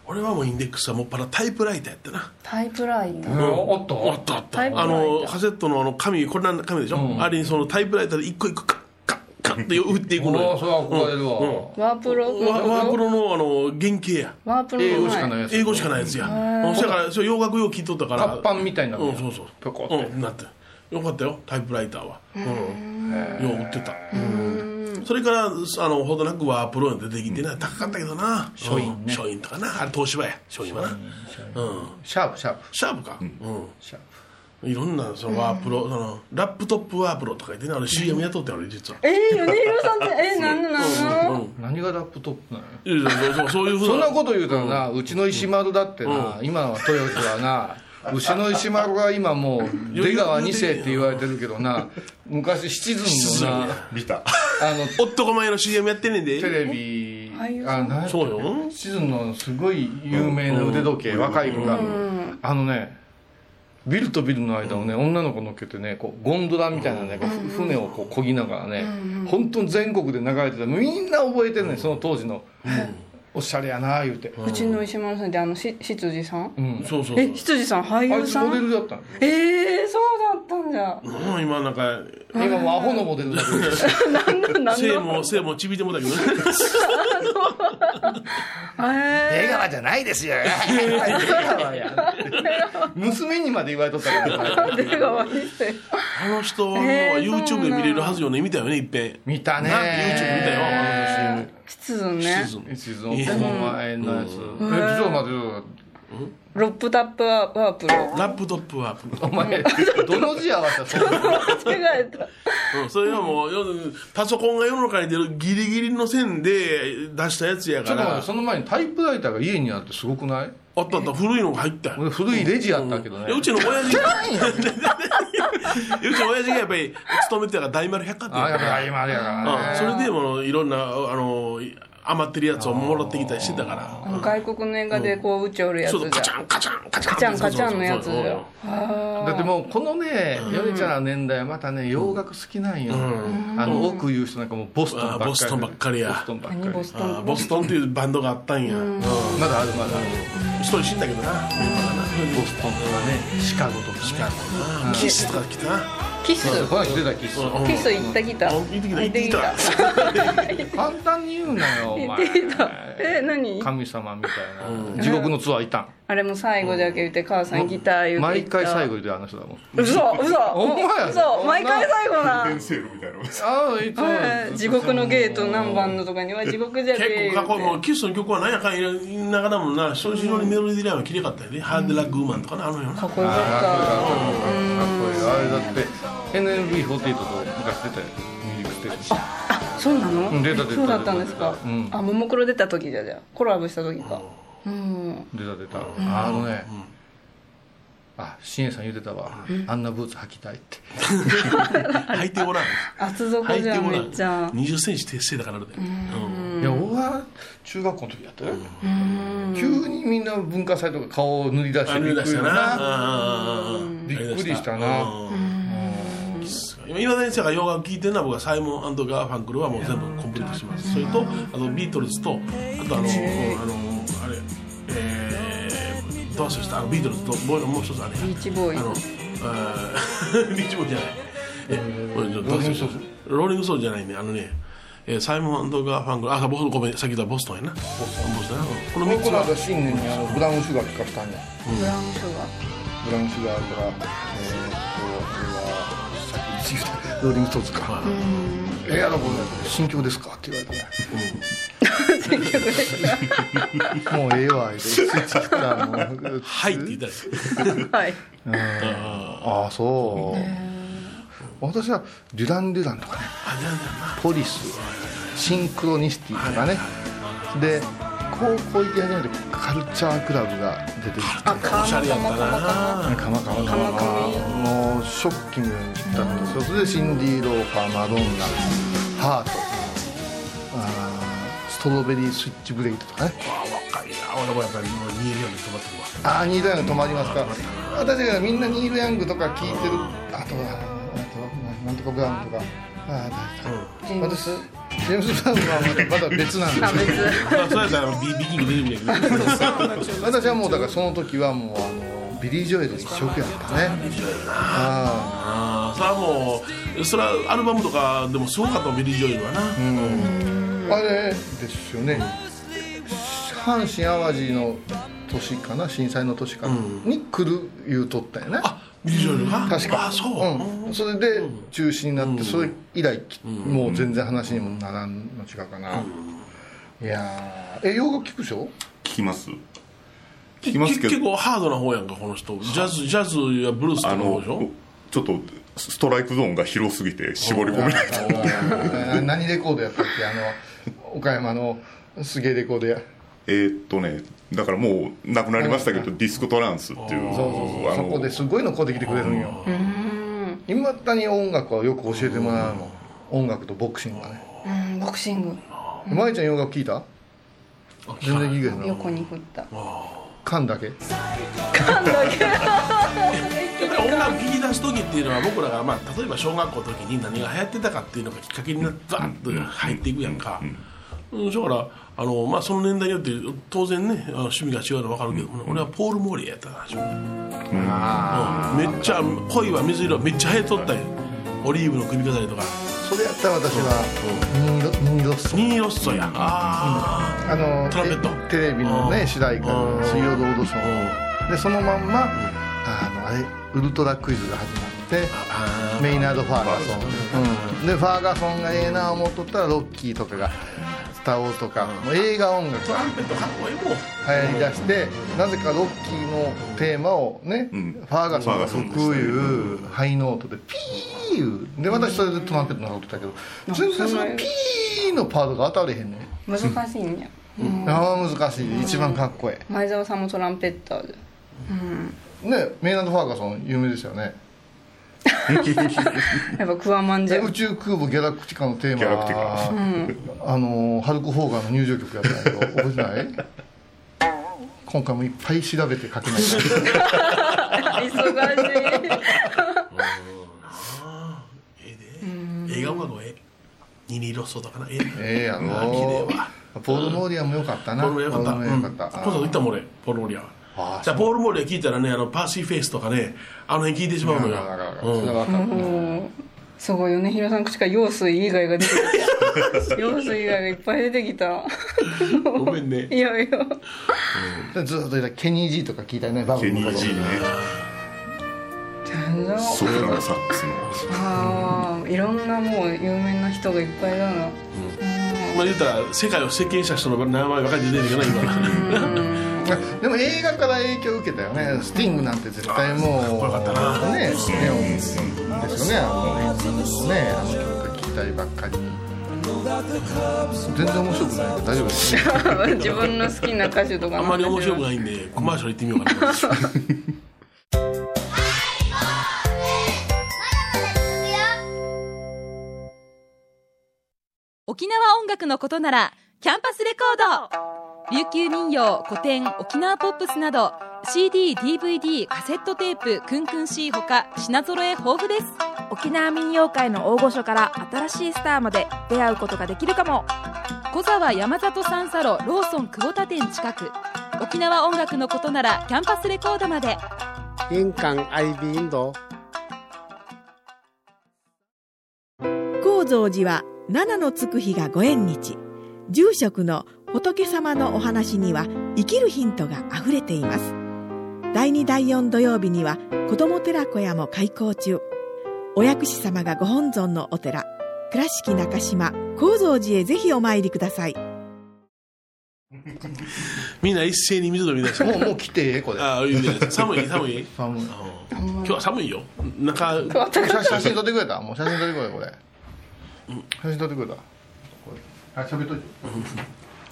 Speaker 5: 俺はもうインデックスはもっぱらタイプライターやったな
Speaker 2: タイプライター。
Speaker 4: おおっ
Speaker 5: あ
Speaker 4: と
Speaker 5: ったあっ
Speaker 2: タイプ
Speaker 5: た
Speaker 2: ラ
Speaker 5: あ
Speaker 2: イター
Speaker 5: のカセットのあの紙これなん紙でしょ、あれにそのタイプライターで一個一個カッカッカッって打っていくの
Speaker 4: おお
Speaker 5: よ
Speaker 4: それは憧れるわ
Speaker 2: ワープロ。
Speaker 5: ワワープロのあの原型や
Speaker 2: ワープロ。
Speaker 4: 英語しかない
Speaker 2: い。
Speaker 4: やつ
Speaker 5: 英語しかないやつやうんそやからそれ洋楽よう聞いとったから
Speaker 4: 活版みたいなの
Speaker 5: うんそうそう
Speaker 4: ペコって
Speaker 5: うんなってよかったよタイプライターはうんよう売ってたそれからあのほどなくワープロに出てきてな高かったけどな書院ね書院とかなあれ東芝や書院はなうん
Speaker 4: シャープシャープ
Speaker 5: シャープかうん
Speaker 4: シャープ
Speaker 5: いろんなそのワープロ、そのラップトップワープロとか言ってね、あれ CM やっとったよ、俺実は。
Speaker 2: えー、米広さんって、えー、なんのなんの
Speaker 5: うん
Speaker 4: 何がラップトップなのよ
Speaker 5: いやそうそうそういうふう
Speaker 4: そんなこと言うたらな、うちの石丸だってな、今は豊洲はな、うちの石丸が今もう、出川二世って言われてるけどな、昔七寸のな、
Speaker 1: 見
Speaker 4: あ
Speaker 1: た
Speaker 4: の、
Speaker 5: 男前の CM やってんねん
Speaker 4: テレ
Speaker 5: で。
Speaker 4: ビ、
Speaker 2: 俳優さ
Speaker 4: あ
Speaker 2: ん
Speaker 4: なんや
Speaker 5: そうよ。
Speaker 4: シズンのすごい有名な腕時計、若い子が、あのねビルとビルの間をね、女の子乗っけてねこうゴンドラみたいなね、こうふ船をこう漕ぎながらね、本当に全国で流れてたみんな覚えてるね、その当時の、おしゃれやな言うて、
Speaker 2: うちの石丸さんって、あの、し、羊さん。
Speaker 4: うん
Speaker 5: そうそうそう。
Speaker 2: え、羊さん、俳
Speaker 4: あ
Speaker 2: 優
Speaker 4: いつ
Speaker 2: さ
Speaker 4: モデ
Speaker 2: ん。
Speaker 4: ルだったの
Speaker 2: えー、そうだったんじゃ。
Speaker 5: うん今なんか、
Speaker 4: 今もうアホのモデルだ けど
Speaker 2: なんの、なん
Speaker 5: 性
Speaker 2: の。
Speaker 5: も、性もちびてもだけどね。
Speaker 2: え
Speaker 4: 出川じゃないですよ出川や娘にまで言われとったから
Speaker 2: ー、出川二世。
Speaker 5: あの人の
Speaker 2: へー
Speaker 5: YouTube で見れるはずよね、見たよね、いっぺん。
Speaker 4: 見たね
Speaker 5: なんか YouTube 見たよあの CM。
Speaker 2: シズンね。
Speaker 4: シズンお前のやつえちょっと待って
Speaker 2: ロップタップワープロ。
Speaker 5: ラップトップワープ
Speaker 4: お前どの字合わせたそんな
Speaker 2: 間違えた。
Speaker 5: ロ。うん、それはもう、要するにパソコンが世の中に出るギリギリの線で出したやつや
Speaker 4: ちょ
Speaker 5: か
Speaker 4: っと待っ
Speaker 5: ら
Speaker 4: て、その前にタイプライターが家にあるってすごくない
Speaker 5: あったあった、古いのが入ったよ。
Speaker 4: 俺古いレジやったけどね
Speaker 5: いやうちの親父が、
Speaker 4: ないんや
Speaker 5: うちの親父がやっぱり勤めてたから大丸百貨店
Speaker 4: あ
Speaker 5: や
Speaker 4: や
Speaker 5: か
Speaker 4: っぱり今あれやから
Speaker 5: ら、うん
Speaker 4: ね
Speaker 5: それでもういろんなあの余ってるやつをもらってきたりしてたから
Speaker 2: 外国の映画でこう、うちおるやつ
Speaker 5: そうそうカチ
Speaker 2: じゃ。
Speaker 5: ャンカチャンカチャン
Speaker 2: カチャンカチャンのやつ
Speaker 5: そうそうそう
Speaker 4: だってもうこのねヨネちゃんの年代はまたね洋楽好きなんよあの奥言う人なんかもうボストンばっかり
Speaker 5: あボストンばっか
Speaker 4: ボス
Speaker 5: りや
Speaker 4: トンばっか
Speaker 2: 何
Speaker 4: り
Speaker 2: ボスト
Speaker 5: あ
Speaker 2: ン。
Speaker 5: ボストンっていうバンドがあったんやうん
Speaker 4: まだあるまだある
Speaker 5: 一人死んだけどなメンバーがな
Speaker 4: ボストンとかねシカゴとかシカゴ
Speaker 5: あキスとか来たな
Speaker 2: キス。
Speaker 4: この人出たキス
Speaker 5: うん
Speaker 2: キス行ったきた。
Speaker 5: うん行ってきた
Speaker 2: 行ってきた。
Speaker 4: 簡単に言うなよお前
Speaker 2: 行ってきたえ何
Speaker 4: 神様みたいな地獄のツアーいたん
Speaker 2: あれも最後だけ言って母さん行きたい言って
Speaker 4: 毎
Speaker 2: 行った
Speaker 4: 回最後言うてあの人だもん
Speaker 2: 嘘嘘
Speaker 4: ほんまや
Speaker 2: 嘘毎回最後な
Speaker 1: 電セールみたいなのが
Speaker 4: ああいつも
Speaker 2: えー地獄のゲート何番のとかには地獄じゃねえ
Speaker 5: 結構過去もうキスの曲は何やかんや言いながらもな正直にメロディーラインはきれかったよねハーデラ・グーマンとかなあのよう
Speaker 2: か
Speaker 5: な
Speaker 2: っこよかっ
Speaker 4: あれだって NMB48 と昔出たよミュージックステーション
Speaker 2: たそうなの
Speaker 4: うん出た出た
Speaker 2: そうだったんですか
Speaker 4: うん
Speaker 2: あももクロ出た時じゃじゃあコラボした時かうん
Speaker 4: 出た出たあのねあ新栄さん言うてたわあんなブーツ履きたいって
Speaker 5: 履いておらん
Speaker 2: 厚底
Speaker 5: 履い
Speaker 2: じ
Speaker 5: て
Speaker 2: ゃん
Speaker 5: お
Speaker 2: め
Speaker 5: らん
Speaker 2: っちゃ
Speaker 5: 2 0センチ訂正だからあれだようん
Speaker 4: いや俺は中学校の時やったよ急にみんな文化祭とか顔を脱ぎ出して
Speaker 5: あ
Speaker 4: び
Speaker 5: れ
Speaker 4: っ
Speaker 5: 出
Speaker 4: く
Speaker 5: し
Speaker 4: り
Speaker 5: た
Speaker 4: な
Speaker 5: な
Speaker 4: びっくりしたな
Speaker 5: うんキスが今今先生が洋楽聴いてるのは僕はサイモンガーファンクルはもう全部コンプリートしますそれとあとビートルズとあとあのあのあれえー、どうししたあのビートルズとボーイもう一つあれ
Speaker 2: ビーチボーイ
Speaker 5: あのあー ビーチボーイじゃないえこれどうしましたローリングソールじゃないねあのねえーサイモンガーファンクルあボスごめんさっき言ったボストンやなボストンやなこの
Speaker 4: 僕
Speaker 5: 3つ
Speaker 4: ら
Speaker 5: は
Speaker 4: が新年にあのブラウンシュガー聴かせたんや
Speaker 2: ブラウンシュガー
Speaker 4: ブラウンシュガーからえーっとこれはさっき言ってきたローリングストーンズか「ええやろこれ新曲ですか?」って言われてね新曲 もうええわ言うてスイッチ切ったらもう
Speaker 5: はいって言ったんです
Speaker 2: はい。
Speaker 4: ああそう、私はデュラン・デュランとかねポリスシンクロニシティとかねで高校行き始めてカルチャークラブが出てきて
Speaker 5: おしゃれやったな
Speaker 4: カマカマカマカマもうショッキングだったんですよそれでシンディ・ローパーマドンナハートあーストロベリースイッチブレイクとかね
Speaker 5: あ若いな俺もやっぱりもう見えるように止まってくわ
Speaker 4: ああニール・ヤング止まりますか私がみんなニール・ヤングとか聞いてるあとはあとなんとかブラウンとかああ誰か私ジェームス・ブラウンはまだまだ別なんですよ
Speaker 5: まあそうやったらビビキニ出てくるんやけど
Speaker 4: 私はもうだからその時はもうあのビリー・ジョエル一色やったねあ
Speaker 5: ああそれはもうそれはアルバムとかでもすごかったビリー・ジョイルはな、
Speaker 4: ああれですよね阪神・淡路の年かな震災の年かな、に来る言うとったよね
Speaker 5: あビリー・ジョイルが
Speaker 4: 確か
Speaker 5: あそう、
Speaker 4: うん、それで中止になって、それ以来、もう全然話にもならんの違うかな、いやーえ洋楽聞くでしょ
Speaker 1: 聞きます聞きますけ
Speaker 5: 結
Speaker 1: ど
Speaker 5: 構ハードな方やんかこの人ジャズジャズやブルースと
Speaker 1: あ
Speaker 5: かの方
Speaker 1: の
Speaker 5: でしょ
Speaker 1: ちょっとストライクゾーンが広すぎて絞り込めない
Speaker 4: あ 何レコードやったっけあの岡山のすげえレコードや
Speaker 1: えーっとねだからもうなくなりましたけどディスコトランスっていう
Speaker 4: そうそうそう
Speaker 1: あ
Speaker 4: そこですごいの買うてきてくれるんよいまだに音楽はよく教えてもらうの音楽とボクシングはね
Speaker 2: うん、ボクシング。
Speaker 4: 舞ちゃん洋楽聞いた全然聞いてない
Speaker 2: 横に振った。
Speaker 4: 缶だけ
Speaker 5: やっぱり音楽聴き出す時っていうのは僕らが、まあ、例えば小学校の時に何が流行ってたかっていうのがきっかけになってバーッと入っていくやんか、うんだからあの、まあ、その年代によって当然ねあの趣味が違うの分かるけど、俺はポール・モーリーやったな自分うんめっちゃ恋は水色めっちゃ流行っとったよオリーブの首飾りとか
Speaker 4: それやったら私はニーロニーロッソ
Speaker 5: ニーロッソやあ
Speaker 4: あの
Speaker 5: トランペット
Speaker 4: テテレビの
Speaker 5: う
Speaker 4: ね
Speaker 5: ん
Speaker 4: 主題歌
Speaker 5: うん
Speaker 4: 水曜ロードショ
Speaker 5: あ、うん、
Speaker 4: ー
Speaker 5: あ
Speaker 4: でそのまんまあのあれウルトラクイズが始まって
Speaker 5: あ
Speaker 4: メイナード・ファーガソン、うん、でファーガソンがええな思っとったらロッキーとかが「スター・ウォーズ」とかもう映画音楽
Speaker 5: ト
Speaker 4: が
Speaker 5: ランペットかっこいいもん
Speaker 4: 流行りだしてなぜかロッキーのテーマをね、
Speaker 1: ん
Speaker 4: ファーガソンが吹くい
Speaker 1: フ
Speaker 4: うハイノートでピーいうで私それでトランペット習ってたけど全然そのピーのパートが当たれへんね、
Speaker 2: 難しいんや。
Speaker 4: ん、ああ難しい一番かっこえ
Speaker 2: 前澤さんもトランペッターで。
Speaker 4: えねメイナード・ファーガソン有名ですよね
Speaker 2: やっぱクワマンじ
Speaker 4: で
Speaker 2: ゃ。
Speaker 4: 宇宙空母ギャラクティカのテーマ
Speaker 1: ギャラクティ
Speaker 4: あのハルク・ホーガンの入場曲やったんやけど覚えてない今回もいっぱい調べて書きました
Speaker 2: 忙しい。
Speaker 5: 映画音楽はええニーロッソとかなええ
Speaker 4: ええや
Speaker 5: ああ
Speaker 4: ろ
Speaker 5: 綺麗わ
Speaker 4: ポール・モーリアもよかったな
Speaker 5: ポールも良かった。
Speaker 4: ポー
Speaker 5: う
Speaker 4: ル
Speaker 5: ん
Speaker 4: も良かった
Speaker 5: 今度行ったもん俺、ポールモリア
Speaker 4: あ
Speaker 5: は。じゃあ、ポールモリア聞いたらね、あの、パーシーフェイスとかね、あの辺聞いてしまうのよ。
Speaker 4: あらあら
Speaker 5: うん
Speaker 4: それは分かった
Speaker 2: すごいよね、ひろさん口から用水以外が出て きた。用水以外がいっぱい出てきた。
Speaker 5: ごめんね。
Speaker 2: いやいや。
Speaker 4: でずっといたケニー・ジーとか聞いたよねバブ
Speaker 1: ケ
Speaker 4: ルの
Speaker 1: ニー・
Speaker 4: 頃
Speaker 1: ジーね
Speaker 2: 全然。
Speaker 1: ソプラノサックスの
Speaker 2: ああ、いろんなもう有名な人がいっぱいだな。
Speaker 5: まあ言ったら、世界を席巻した人の名前ばかり出てるけどな、今。
Speaker 4: あでも映画から影響受けたよねスティングなんて絶対もう
Speaker 5: こよかったな
Speaker 4: ねネオンですよねあのねあの曲が聴いたりばっかり全然面白くないけど大丈夫で す
Speaker 2: 自分の好きな歌手とか
Speaker 5: あ
Speaker 2: の話
Speaker 5: んまり面白くないんで、コマーシャル行ってみようかな。
Speaker 6: 沖縄音楽のことならキャンパスレコード琉球民謡古典沖縄ポップスなど CDDVD カセットテープクンクン C ほか品揃え豊富です
Speaker 7: 沖縄民謡界の大御所から新しいスターまで出会うことができるかも
Speaker 6: 小沢山里三佐路ローソン久保田店近く沖縄音楽のことならキャンパスレコードまで
Speaker 8: 玄関 IB インド
Speaker 9: 高蔵寺は七のつく日がご縁日住職の仏様のお話には生きるヒントがあふれています第2第4土曜日には子ども寺小屋も開校中お薬師様がご本尊のお寺倉敷中島・高蔵寺へぜひお参りください
Speaker 5: みんな一斉に水飲み出して
Speaker 4: もうもう来てええこれ
Speaker 5: ああいいじゃないですか寒い寒い
Speaker 4: 寒い
Speaker 5: あー今日は寒いよ中あ
Speaker 4: 写写真撮ってくれたもう写真撮ってくれこれ写真撮ってくれたこれあ喋っといて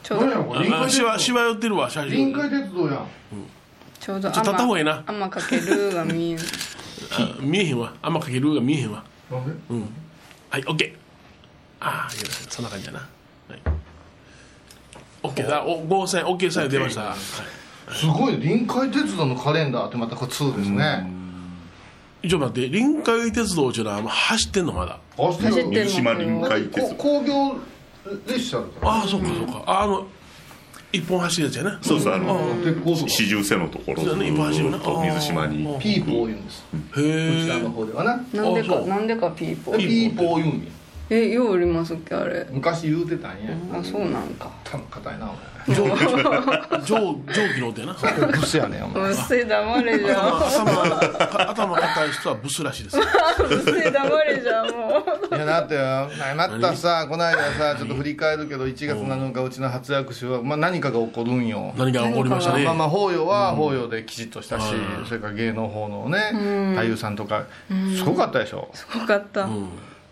Speaker 2: ちょうど
Speaker 4: やこ
Speaker 5: ーしわしわ寄ってるわ写真
Speaker 4: 鉄道やん
Speaker 2: ちょうど
Speaker 5: ちょっと立った方がいいな
Speaker 2: あんまかけるが見 えん
Speaker 5: あ見えへんわあんまかけるが見えへんわ
Speaker 4: なんで
Speaker 5: はい OK ああいいですそんな感じやな、はい、OK だおゴーサイン OK サイン出ました、はい
Speaker 4: すごい臨海鉄道のカレンダーってまたこれ2ですね
Speaker 5: ちょっと待って臨海鉄道っていうのは走ってんのまだ
Speaker 4: あしてる
Speaker 2: 走ってる
Speaker 1: 三島臨
Speaker 4: だっ
Speaker 1: 海
Speaker 4: てこ
Speaker 1: 鉄道
Speaker 4: 工業列車だから
Speaker 5: ああそうかそうかああの一本走るやつやな
Speaker 1: そうそうあの
Speaker 4: 鉄鋼とか
Speaker 1: 四重瀬のところ
Speaker 5: そう
Speaker 1: ず
Speaker 5: だね今走るな
Speaker 1: ーっと水島に
Speaker 5: あ
Speaker 4: ピーポー言うんです
Speaker 5: へ
Speaker 4: こちらの
Speaker 5: え
Speaker 4: 方ではな
Speaker 2: なんでか
Speaker 5: あそう
Speaker 2: なんでかピーポ
Speaker 4: ピ
Speaker 2: ー
Speaker 4: ーポー言うんや
Speaker 2: えよう売りますっけあれ
Speaker 4: 昔言うてたんや
Speaker 2: あそうなんか
Speaker 4: 多分硬いな
Speaker 5: 蒸蒸気の音やな
Speaker 4: お前ブスやねお
Speaker 2: う
Speaker 4: 前
Speaker 2: っせえ黙れじゃんう
Speaker 5: 頭か頭硬い人はブスらしいです
Speaker 2: っせえ黙れじゃんもう
Speaker 4: いやだってまたさこの間さちょっと振り返るけど1月7日うちの初役所は、まあ、何かが起こるんよ
Speaker 5: 何が起こりましたね
Speaker 4: まあまあ法要は法要できちっとしたし、それから芸能法のね、俳優さんとかすごかったでしょ、
Speaker 2: すごかった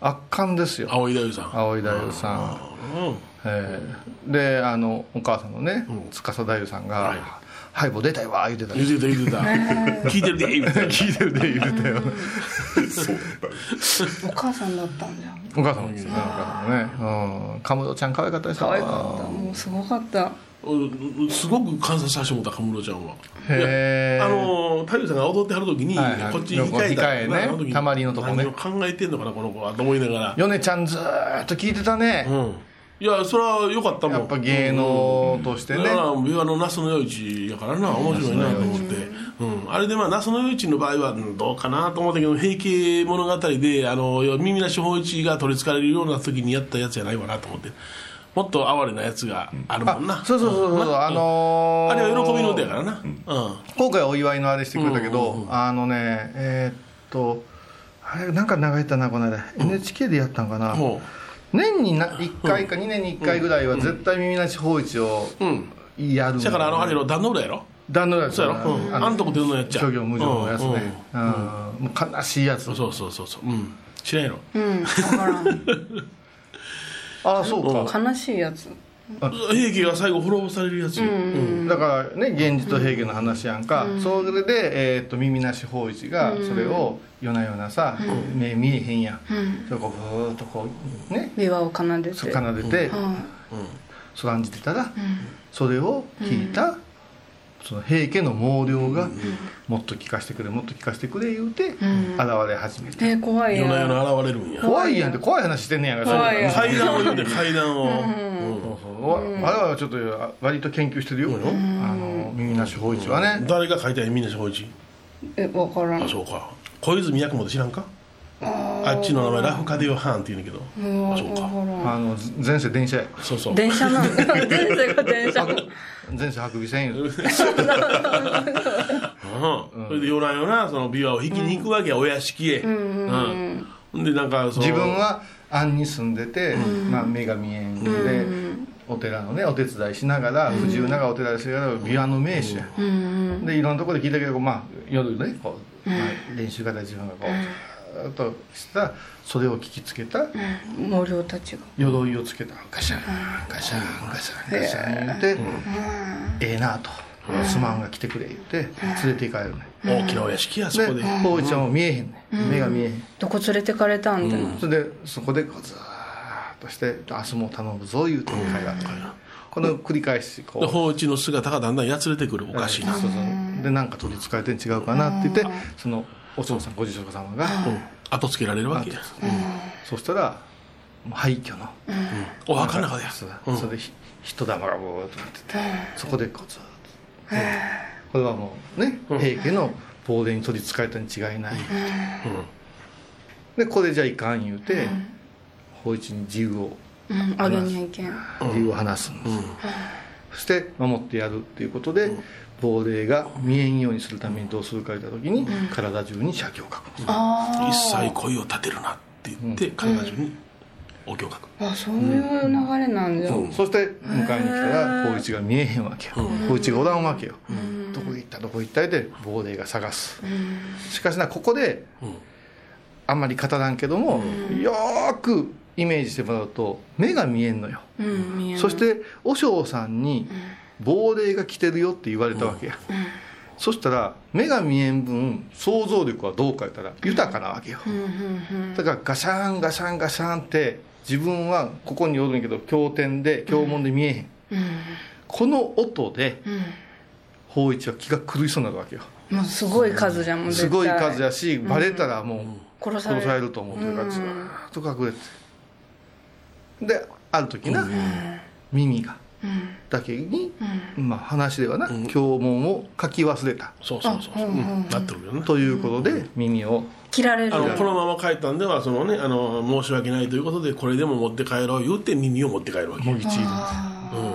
Speaker 4: 圧巻ですよ
Speaker 5: 青井大夫さん
Speaker 4: 青井太夫さん、
Speaker 5: うん
Speaker 4: えーであのお母さんのね、司太夫さん
Speaker 5: はい
Speaker 4: が「はいもう出たいわ」言うてた
Speaker 5: 言うてた言うてた聞いてるでみたいな
Speaker 4: 聞いてるで言うてたよね
Speaker 1: そうだ
Speaker 2: お母さんだったんじゃん
Speaker 4: お母さんもですねお母さんもねうんカムドちゃん可愛かったでしょ
Speaker 2: 可愛かったもうすごかった
Speaker 5: うんすごく観察させてもらった小室ちゃんは
Speaker 4: へえ
Speaker 5: あのー太夫さんが踊ってはる時に、
Speaker 4: はいはい
Speaker 5: こっちに控えた
Speaker 4: 控えね
Speaker 5: あの時に
Speaker 4: たまりのとこね
Speaker 5: 何を考えてんのかなこの子はと思いながら、
Speaker 4: ヨネちゃんずーっと聞いてたね、
Speaker 5: うん、いやそれは良かったもん
Speaker 4: やっぱ芸能として
Speaker 5: だ
Speaker 4: ね、
Speaker 5: から琵琶の那須の夜市やからな面白いなと思って、うん、あれでまあ那須の夜市の場合はうんどうかなと思ったけど平家物語であの耳なし芳一が取りつかれるような時にやったやつじゃないわなと思ってもっと哀れなやつがあるもんな、
Speaker 4: そうそうそうそう、あのー、
Speaker 5: あれは喜びの歌やからな、うん
Speaker 4: 今回お祝いのあれしてくれたけど、あのねえーっとあれなんか流れてたなこの間 NHK でやったんかな、
Speaker 5: ほ
Speaker 4: 年にな1回か2年に1回ぐらいは絶対耳なし法一を
Speaker 5: ううん
Speaker 4: やる
Speaker 5: だからあのあれやろ壇ノ浦やろ
Speaker 4: 旦那やつ
Speaker 5: そうやろ、うん、
Speaker 4: あ
Speaker 5: あん
Speaker 4: の
Speaker 5: とこ出るのやっちゃ
Speaker 4: 諸行無常のやつね、
Speaker 5: う
Speaker 4: うんんもう悲しいやつ
Speaker 5: うんそうそうそうそううん知らんやろ
Speaker 2: うんわからん
Speaker 4: ああそうか、
Speaker 2: 悲しいやつ
Speaker 5: 平家が最後滅ぼされるやつよ、
Speaker 4: だからね源氏と平家の話やんか、それで、えー、と耳なし法一がそれを夜な夜なさ、目見えへんやん、それをこうふーっとこうね
Speaker 2: 琵琶を奏で
Speaker 4: 奏
Speaker 2: て
Speaker 4: でて、
Speaker 2: うん
Speaker 4: そらんじてたら、それを聞いた、その平家の毛量が、もっと聞かせてくれもっと聞かせてくれ言うて、現れ始めて、
Speaker 2: えー怖い
Speaker 5: 夜な
Speaker 2: や
Speaker 5: 夜
Speaker 2: ん
Speaker 5: な現れるんや
Speaker 4: 怖いやんって怖い話してんねやんか
Speaker 2: 怖いやん
Speaker 4: それ
Speaker 5: 階段を言うて階段を、うん
Speaker 4: わ我々はちょっと割と研究してるよ、あの耳なし法一はね、
Speaker 5: 誰が書いたんやみんな正一
Speaker 2: えわからん
Speaker 5: あそうか小泉八雲で知らんかあっちの名前ラフカデオ・ハーンって言うんだけどあそうか
Speaker 4: あの前世電車や
Speaker 5: そうそう
Speaker 2: 電車 なんだ全然が電車
Speaker 4: 前世白尾線言うて
Speaker 5: うん、それで夜な夜なその琵琶を引きに行くわけや、お屋敷へうん、ほんでなんかその
Speaker 4: 自分は庵に住んでて、まあ、目が見えんで、お寺のねお手伝いしながら、不自由ながらお手伝いしながら琵琶の名手や、でいろんなところで聞いたけど、まあ、夜ねこう、まあ、練習方で自分がこう、ずーっとしたそれを聞きつけた
Speaker 2: 毛量たちが
Speaker 4: 鎧をつけたガシャンガシャンガシャンガシャン言うて、ええなあと。すまんが来てくれ言って連れて行かれるね
Speaker 5: 大きなお屋敷やそ
Speaker 4: で
Speaker 5: こで
Speaker 4: 光一ちゃんも見えへんね目が見えへん
Speaker 2: どこ連れてかれたんみたいな
Speaker 4: それでそこでこうずーっとして「明日も頼むぞ」いう展開があったこの繰り返しこ
Speaker 5: で
Speaker 4: う
Speaker 5: 放置の姿がだんだんやつれてくるおかしいな
Speaker 4: そうそうでなんか取りつかれてん違うかなって言ってそのお嬢さんご住職様が
Speaker 5: 後つけられるわけや、
Speaker 4: そしたらもう廃墟の
Speaker 5: お墓の中でや
Speaker 4: そうだ
Speaker 5: うん
Speaker 4: それでひ人玉がブーッとなっててそこでこうずーっとこれはもうね平家の亡霊に取りつかれたに違いないでこれじゃいかん言うて法一に自由を
Speaker 2: うん、あげにゃいけん。
Speaker 4: 理由を話すんです、そして守ってやるっていうことで、亡霊が見えんようにするためにどうするか言った時に、体中に写経を書くんです、
Speaker 5: 一切恋を立てるなって言って体中にお経を書く
Speaker 2: あ、そういう流れなんだよ。
Speaker 4: そして迎えに来たら光一が見えへんわけよ光一がおらんわけよ、どこ行ったどこ行ったで亡霊が探す、しかしなここで、あんまり語らんけども、よーくイメージしてもらうと目が見えんのよ、
Speaker 2: うん、見えん
Speaker 4: そして和尚さんに亡霊が来てるよって言われたわけや、そしたら目が見えん分想像力はどうか言ったら豊かなわけよ、だからガシャンガシャンガシャンって自分はここにおるんやけど経典で経文で見えへん、この音で法一は気が狂いそうになるわけよ
Speaker 2: もうすごい数じゃん、もう絶対。
Speaker 4: すごい数やしバレたらもう、
Speaker 2: 殺され
Speaker 4: 殺
Speaker 2: る。
Speaker 4: されると思うというかずーっと隠れてである時な、耳が、だけに、まあ、話ではな、経文を書き忘れた
Speaker 5: そうそうそうそう、うんなってるけどね
Speaker 4: ということで、耳を
Speaker 2: 切られる
Speaker 5: あ。のこのまま帰ったんではその、ね、あの申し訳ないということでこれでも持って帰ろう言って耳を持って帰るわけ
Speaker 4: もぎちいる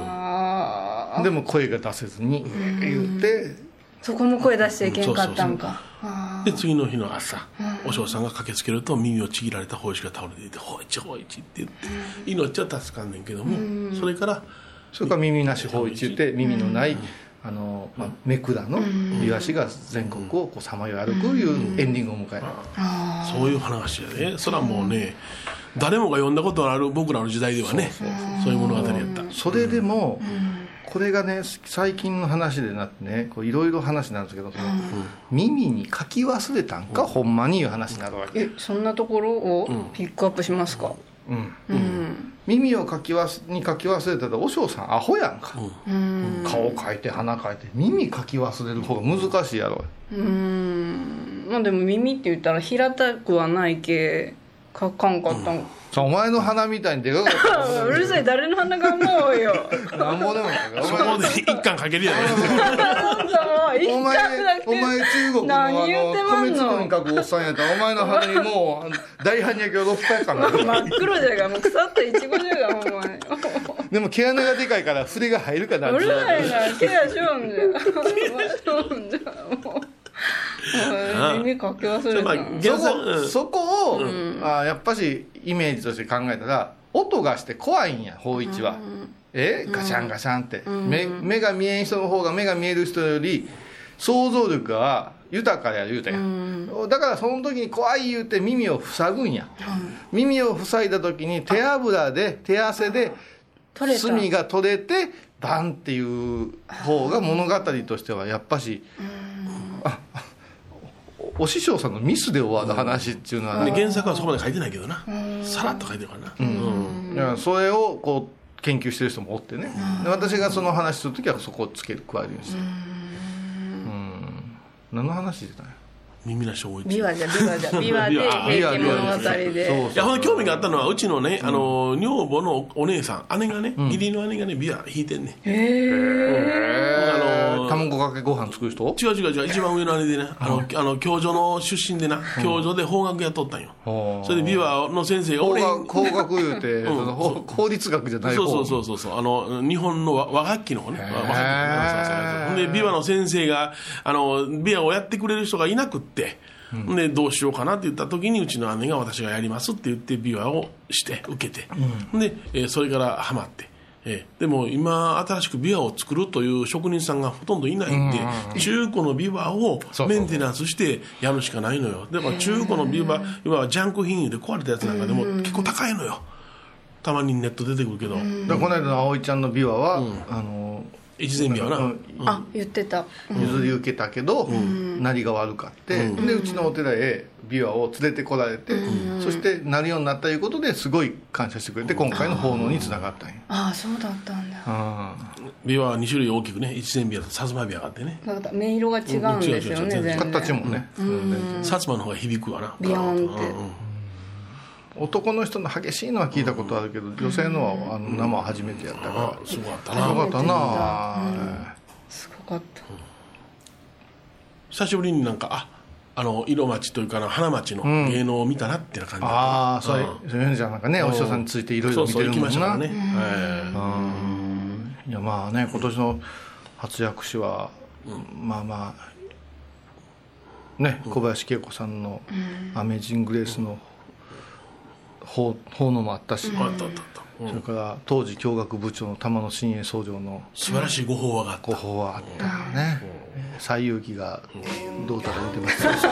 Speaker 2: あー
Speaker 4: でも声が出せずに言って
Speaker 2: そこも声出していけんかったんか。
Speaker 5: で次の日の朝お嬢さんが駆けつけると耳をちぎられた法師が倒れていて「法一法一」って言って命は助かんねんけどもそれから
Speaker 4: それから耳なし法一言って耳のない、あのまあ、目下のイワシが全国をさまよい歩くいうエンディングを迎える、
Speaker 5: そういう話やねそれはもうね誰もが読んだことのある僕らの時代ではねそういう物語やった
Speaker 4: それでも、これがね最近の話でなってねこういろいろ話になるんですけど、その耳に書き忘れたんか、ほんまにいう話になるわけ、
Speaker 2: え、そんなところをピックアップしますか。
Speaker 4: うん
Speaker 2: うん。
Speaker 4: 耳を書きわすに書き忘れたら和尚さんアホやんか、
Speaker 2: うん。
Speaker 4: 顔書いて鼻書いて耳書き忘れる方が難しいやろ
Speaker 2: うん。まあでも耳って言ったら平たくはないけ。かかんかったんか。
Speaker 4: さあお前の鼻みたいにでかかったら
Speaker 2: うるさい、誰の鼻か思う よ。
Speaker 4: なんぼでもいい から
Speaker 5: そこで一巻かけるやね
Speaker 2: そんなもう一
Speaker 4: お前
Speaker 2: 回だけ
Speaker 4: お前お前中国のあ
Speaker 2: 何言うてまん
Speaker 4: の米
Speaker 2: の
Speaker 4: 粒に書くおっさんやったらお前の鼻にもうあの大半焼きを6回 かな
Speaker 2: 真っ黒じゃがもう腐ったいちごじゃがお前
Speaker 4: でも毛穴がでかいから筆が入るかな
Speaker 2: うるさいなケアしようんじゃしょうんじゃもうもう耳かけ忘れ
Speaker 5: まあ
Speaker 2: た
Speaker 4: そ
Speaker 5: 原
Speaker 4: こ
Speaker 5: 作
Speaker 4: そこを、あやっぱしイメージとして考えたら音がして怖いんや法一は、えガシャンガシャンって、目目が見えん人の方が目が見える人より想像力が豊かや言うたや、ん、だからその時に怖い言うて耳を塞ぐんや、耳を塞いだ時に手油で手汗で
Speaker 2: 取れた
Speaker 4: 墨が取れてバンっていう方が物語としてはやっぱしお師匠さんのミスで終わる話っていうのはね
Speaker 5: で原作はそこまで書いてないけどなさらっと書いてるからなうん
Speaker 4: いやそれをこう研究してる人もおってねで私がその話する時はそこをつける加えるようにしてるうん何の話してたんや
Speaker 5: 耳なし法一
Speaker 2: ビワじゃビワじ ゃビワで平家物語で
Speaker 5: いやほんで興味があったのはうちのね、あの女房のお姉さん姉がね、義理の姉がねビア弾いてんね、ん、あの
Speaker 4: 卵かけご飯作る人
Speaker 5: 違う違う違う一番上の姉でねあの、あの教授の出身でな教授で法学やっとったんよ、
Speaker 4: ほう
Speaker 5: それでビワの先生が
Speaker 4: 法
Speaker 5: 俺
Speaker 4: 学法学言うて、その法法律学じゃない
Speaker 5: そう
Speaker 4: 方
Speaker 5: そうそうそうそうあの日本の和和楽器の方ね和和楽器のそうそうそうほんでビワの先生があのビワをやってくれる人がいなくって、ほん、でどうしようかなって言った時にうちの姉が私がやりますって言ってビワをして受けて、ほん、で、えーそれからハマって。えーでも今新しくビワを作るという職人さんがほとんどいないんで、中古のビワをメンテナンスしてやるしかないのよだから中古のビワ今はジャンク品で壊れたやつなんかでも結構高いのよたまにネット出てくるけど、
Speaker 4: だからこの間の葵ちゃんの琵琶は、あの
Speaker 5: 越前美はな、
Speaker 4: うん
Speaker 2: あ言ってた、
Speaker 4: 譲り受けたけど、何が悪かって、
Speaker 5: う
Speaker 4: でうちのお寺へ琵琶を連れてこられて、そしてなるようになったということですごい感謝してくれて今回の奉納につながったんや、
Speaker 2: ああそうだったんだ
Speaker 5: 琵琶は2種類大きくね越前琵琶と薩摩琵琶があってね
Speaker 2: だから音色が違うんですよ
Speaker 5: うん違う違う
Speaker 2: ね
Speaker 5: 違
Speaker 2: 全
Speaker 5: う
Speaker 2: 然
Speaker 4: 形もね、
Speaker 5: 薩摩の方が響くわな
Speaker 2: ビヨーンって
Speaker 5: うんうん
Speaker 4: 男の人の激しいのは聞いたことあるけど女性のはあの生は初めてやった
Speaker 5: あ
Speaker 4: か
Speaker 5: すごかった
Speaker 4: ら、
Speaker 5: な
Speaker 4: よかったな、
Speaker 2: すごかった
Speaker 5: 久しぶりになんかああの色町というかあの花町の芸能を見たなっていう感じだった
Speaker 4: ああそういうそういうのじゃなんかねお師匠さんについていろい
Speaker 5: そ
Speaker 4: ろ
Speaker 5: う
Speaker 4: 見
Speaker 5: そ
Speaker 4: て
Speaker 5: う
Speaker 4: る
Speaker 5: 行
Speaker 4: も
Speaker 5: き
Speaker 4: んな
Speaker 5: ましたからねはい
Speaker 4: いやまあね今年の初躍詞は、まあまあね小林恵子さんの「アメージング・レースの」奉奉納もあったし、
Speaker 5: あったあったあったうん
Speaker 4: それから当時教学部長の玉野伸栄総長の
Speaker 5: 素晴らしいご法話があった
Speaker 4: ご法はあったよね西遊記がどうたら言ってましたけど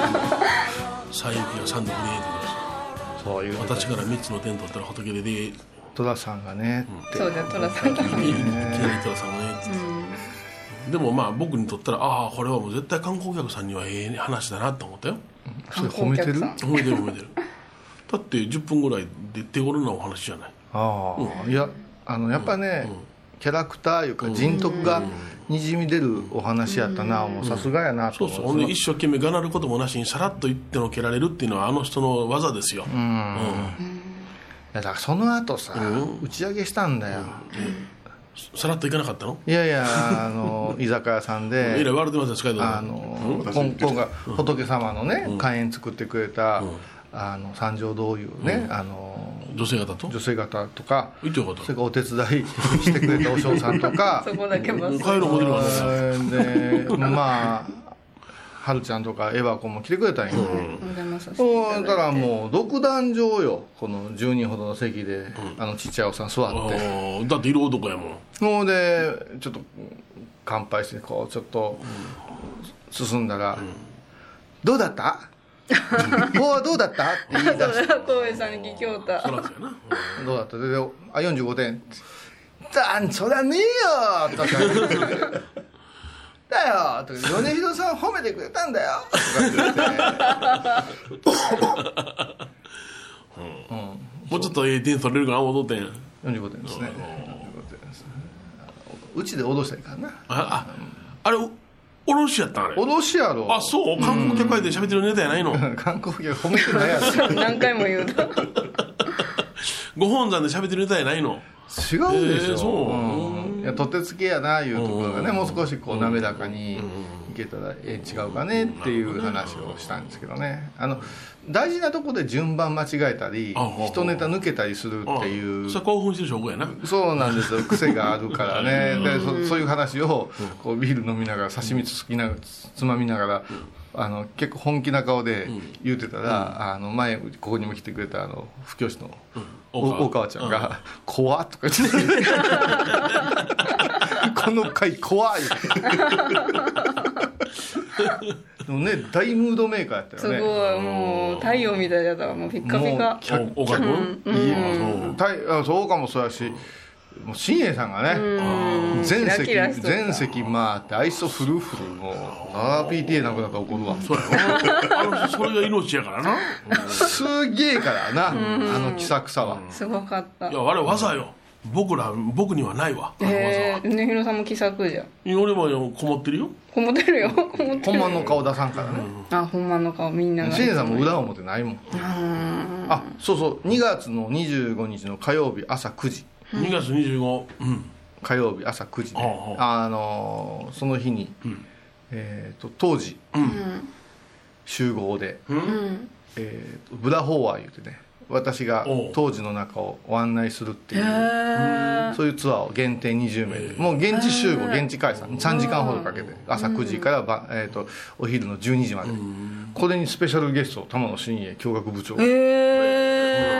Speaker 5: 西遊記が三度クリエイトで
Speaker 4: そういう
Speaker 5: 私から三つの点取ったら仏ででいき
Speaker 4: 寅さんがねって
Speaker 2: そうだ寅さんが
Speaker 5: なり寅さんもねっつってでもまあ僕にとったらああこれはもう絶対観光客さんにはええ話だなと思ったよ
Speaker 4: それ褒めてる
Speaker 2: 観光客さ
Speaker 5: 褒めてる褒めてるだって10分ぐらいで手頃なお話じゃない
Speaker 4: ああ、いやあのやっぱね、キャラクターいうか人徳がにじみ出るお話やったな、もうさすがやなと
Speaker 5: そう
Speaker 4: 思
Speaker 5: そうほんで一生懸命がなることもなしにさらっと言ってのけられるっていうのはあの人の技ですよ、
Speaker 4: いやだからその後さ、打ち上げしたんだよ、
Speaker 5: さらっといかなかったの
Speaker 4: いやいやあ の居酒屋さん
Speaker 5: えらい
Speaker 4: で
Speaker 5: 笑ってますよスカイド
Speaker 4: あ
Speaker 5: さん
Speaker 4: の今今回仏様のね火炎作ってくれた、あの三条堂いうね、あの
Speaker 5: 女性方と
Speaker 4: 女性方とか
Speaker 5: いいということ
Speaker 4: それからお手伝いしてくれたお嬢さんと か
Speaker 2: そこだけバス
Speaker 5: 帰るホテルがあるんですよ
Speaker 4: でまあはるちゃんとかエヴァ子も来てくれたんよ、
Speaker 2: お邪魔させていただ
Speaker 4: そ
Speaker 2: いうて
Speaker 4: だからもう独壇場よこの10人ほどの席で、あのちっちゃいおっさん座って
Speaker 5: あーだって色男やもん
Speaker 4: もうでちょっと乾杯してこうちょっと進んだら「どうだった? 」 「もうどうだった?」って言い出して
Speaker 2: 神戸さんに聞きょうた
Speaker 5: そらそうやな
Speaker 4: 「どうだった?」で「あ45点」だんそりゃねえよ」とか言ってだよ」とか「米広さん褒めてくれたんだよ」とか言って
Speaker 5: もうちょっとええ点取れるかな思うとってん
Speaker 4: 45点ですね45点ですうちで脅したらいかんな
Speaker 5: あああれおおろしやったんあれ
Speaker 4: 脅しやろ
Speaker 5: あそう観光客会で喋ってるネタやない の
Speaker 4: 韓国客褒めてないやろ
Speaker 2: 何回も言うた
Speaker 5: ご本山で喋ってるネタやない
Speaker 4: 違う
Speaker 5: の
Speaker 4: でし
Speaker 5: えーそ
Speaker 4: ょ、
Speaker 5: う
Speaker 4: うんいや取ってつけやないうところがねもう少しこう滑らかにいけたらええ違うかねっていう話をしたんですけどねあの大事なとこで順番間違えたり
Speaker 5: あほうほう
Speaker 4: 一ネタ抜けたりする
Speaker 5: あ
Speaker 4: っていう
Speaker 5: それ興奮してる証拠やな
Speaker 4: そうなんですよ癖があるからねでそそういう話をこうビール飲みながら刺身つきなつつまみながらあの結構本気な顔で言うてたら、あの前ここにも来てくれたあの布教師のお
Speaker 5: 大川
Speaker 4: 大川ちゃんが「怖っ」とか言って「この回 怖い」でもね大ムードメーカーやった
Speaker 2: す
Speaker 4: よ
Speaker 2: ごい
Speaker 4: ね
Speaker 2: もう太陽みたいだったわもうピッカピ
Speaker 4: も
Speaker 2: カ
Speaker 4: うキャッ
Speaker 5: お岡君
Speaker 4: いいたいあそうかもそうやしもう新栄さんがね全席
Speaker 2: キラキラしとった
Speaker 4: 全席回ってアイソフルフルもうあー PTA なくなったら怒るわ
Speaker 5: そうやろあのそれが命やからな
Speaker 4: すげえからなあの気さくさは
Speaker 2: すごかった
Speaker 5: いやあれ技よ僕ら僕にはないわあの技
Speaker 2: へ
Speaker 5: は
Speaker 2: えねひろさんも気さくじゃん
Speaker 5: 俺もこもってるよ
Speaker 2: こもってるよこもって
Speaker 4: 本
Speaker 2: る
Speaker 4: 番の顔出さんからね
Speaker 2: あほんまの顔みんなが
Speaker 4: 新栄さんも裏表ないもんあそうそう2月の25日の火曜日朝9時
Speaker 5: 2月25うん
Speaker 4: 火曜日朝9時ね
Speaker 5: あ
Speaker 4: あのーその日に、えー、と当時、集合で、えーとブラホーワー言うてね私が
Speaker 5: おう
Speaker 4: 当時の中をご案内するっていうそういうツアーを限定20名でもう現地集合現地解散3時間ほどかけて朝9時からば、えー、とお昼の12時までこれにスペシャルゲスト玉野伸栄教学部長がだ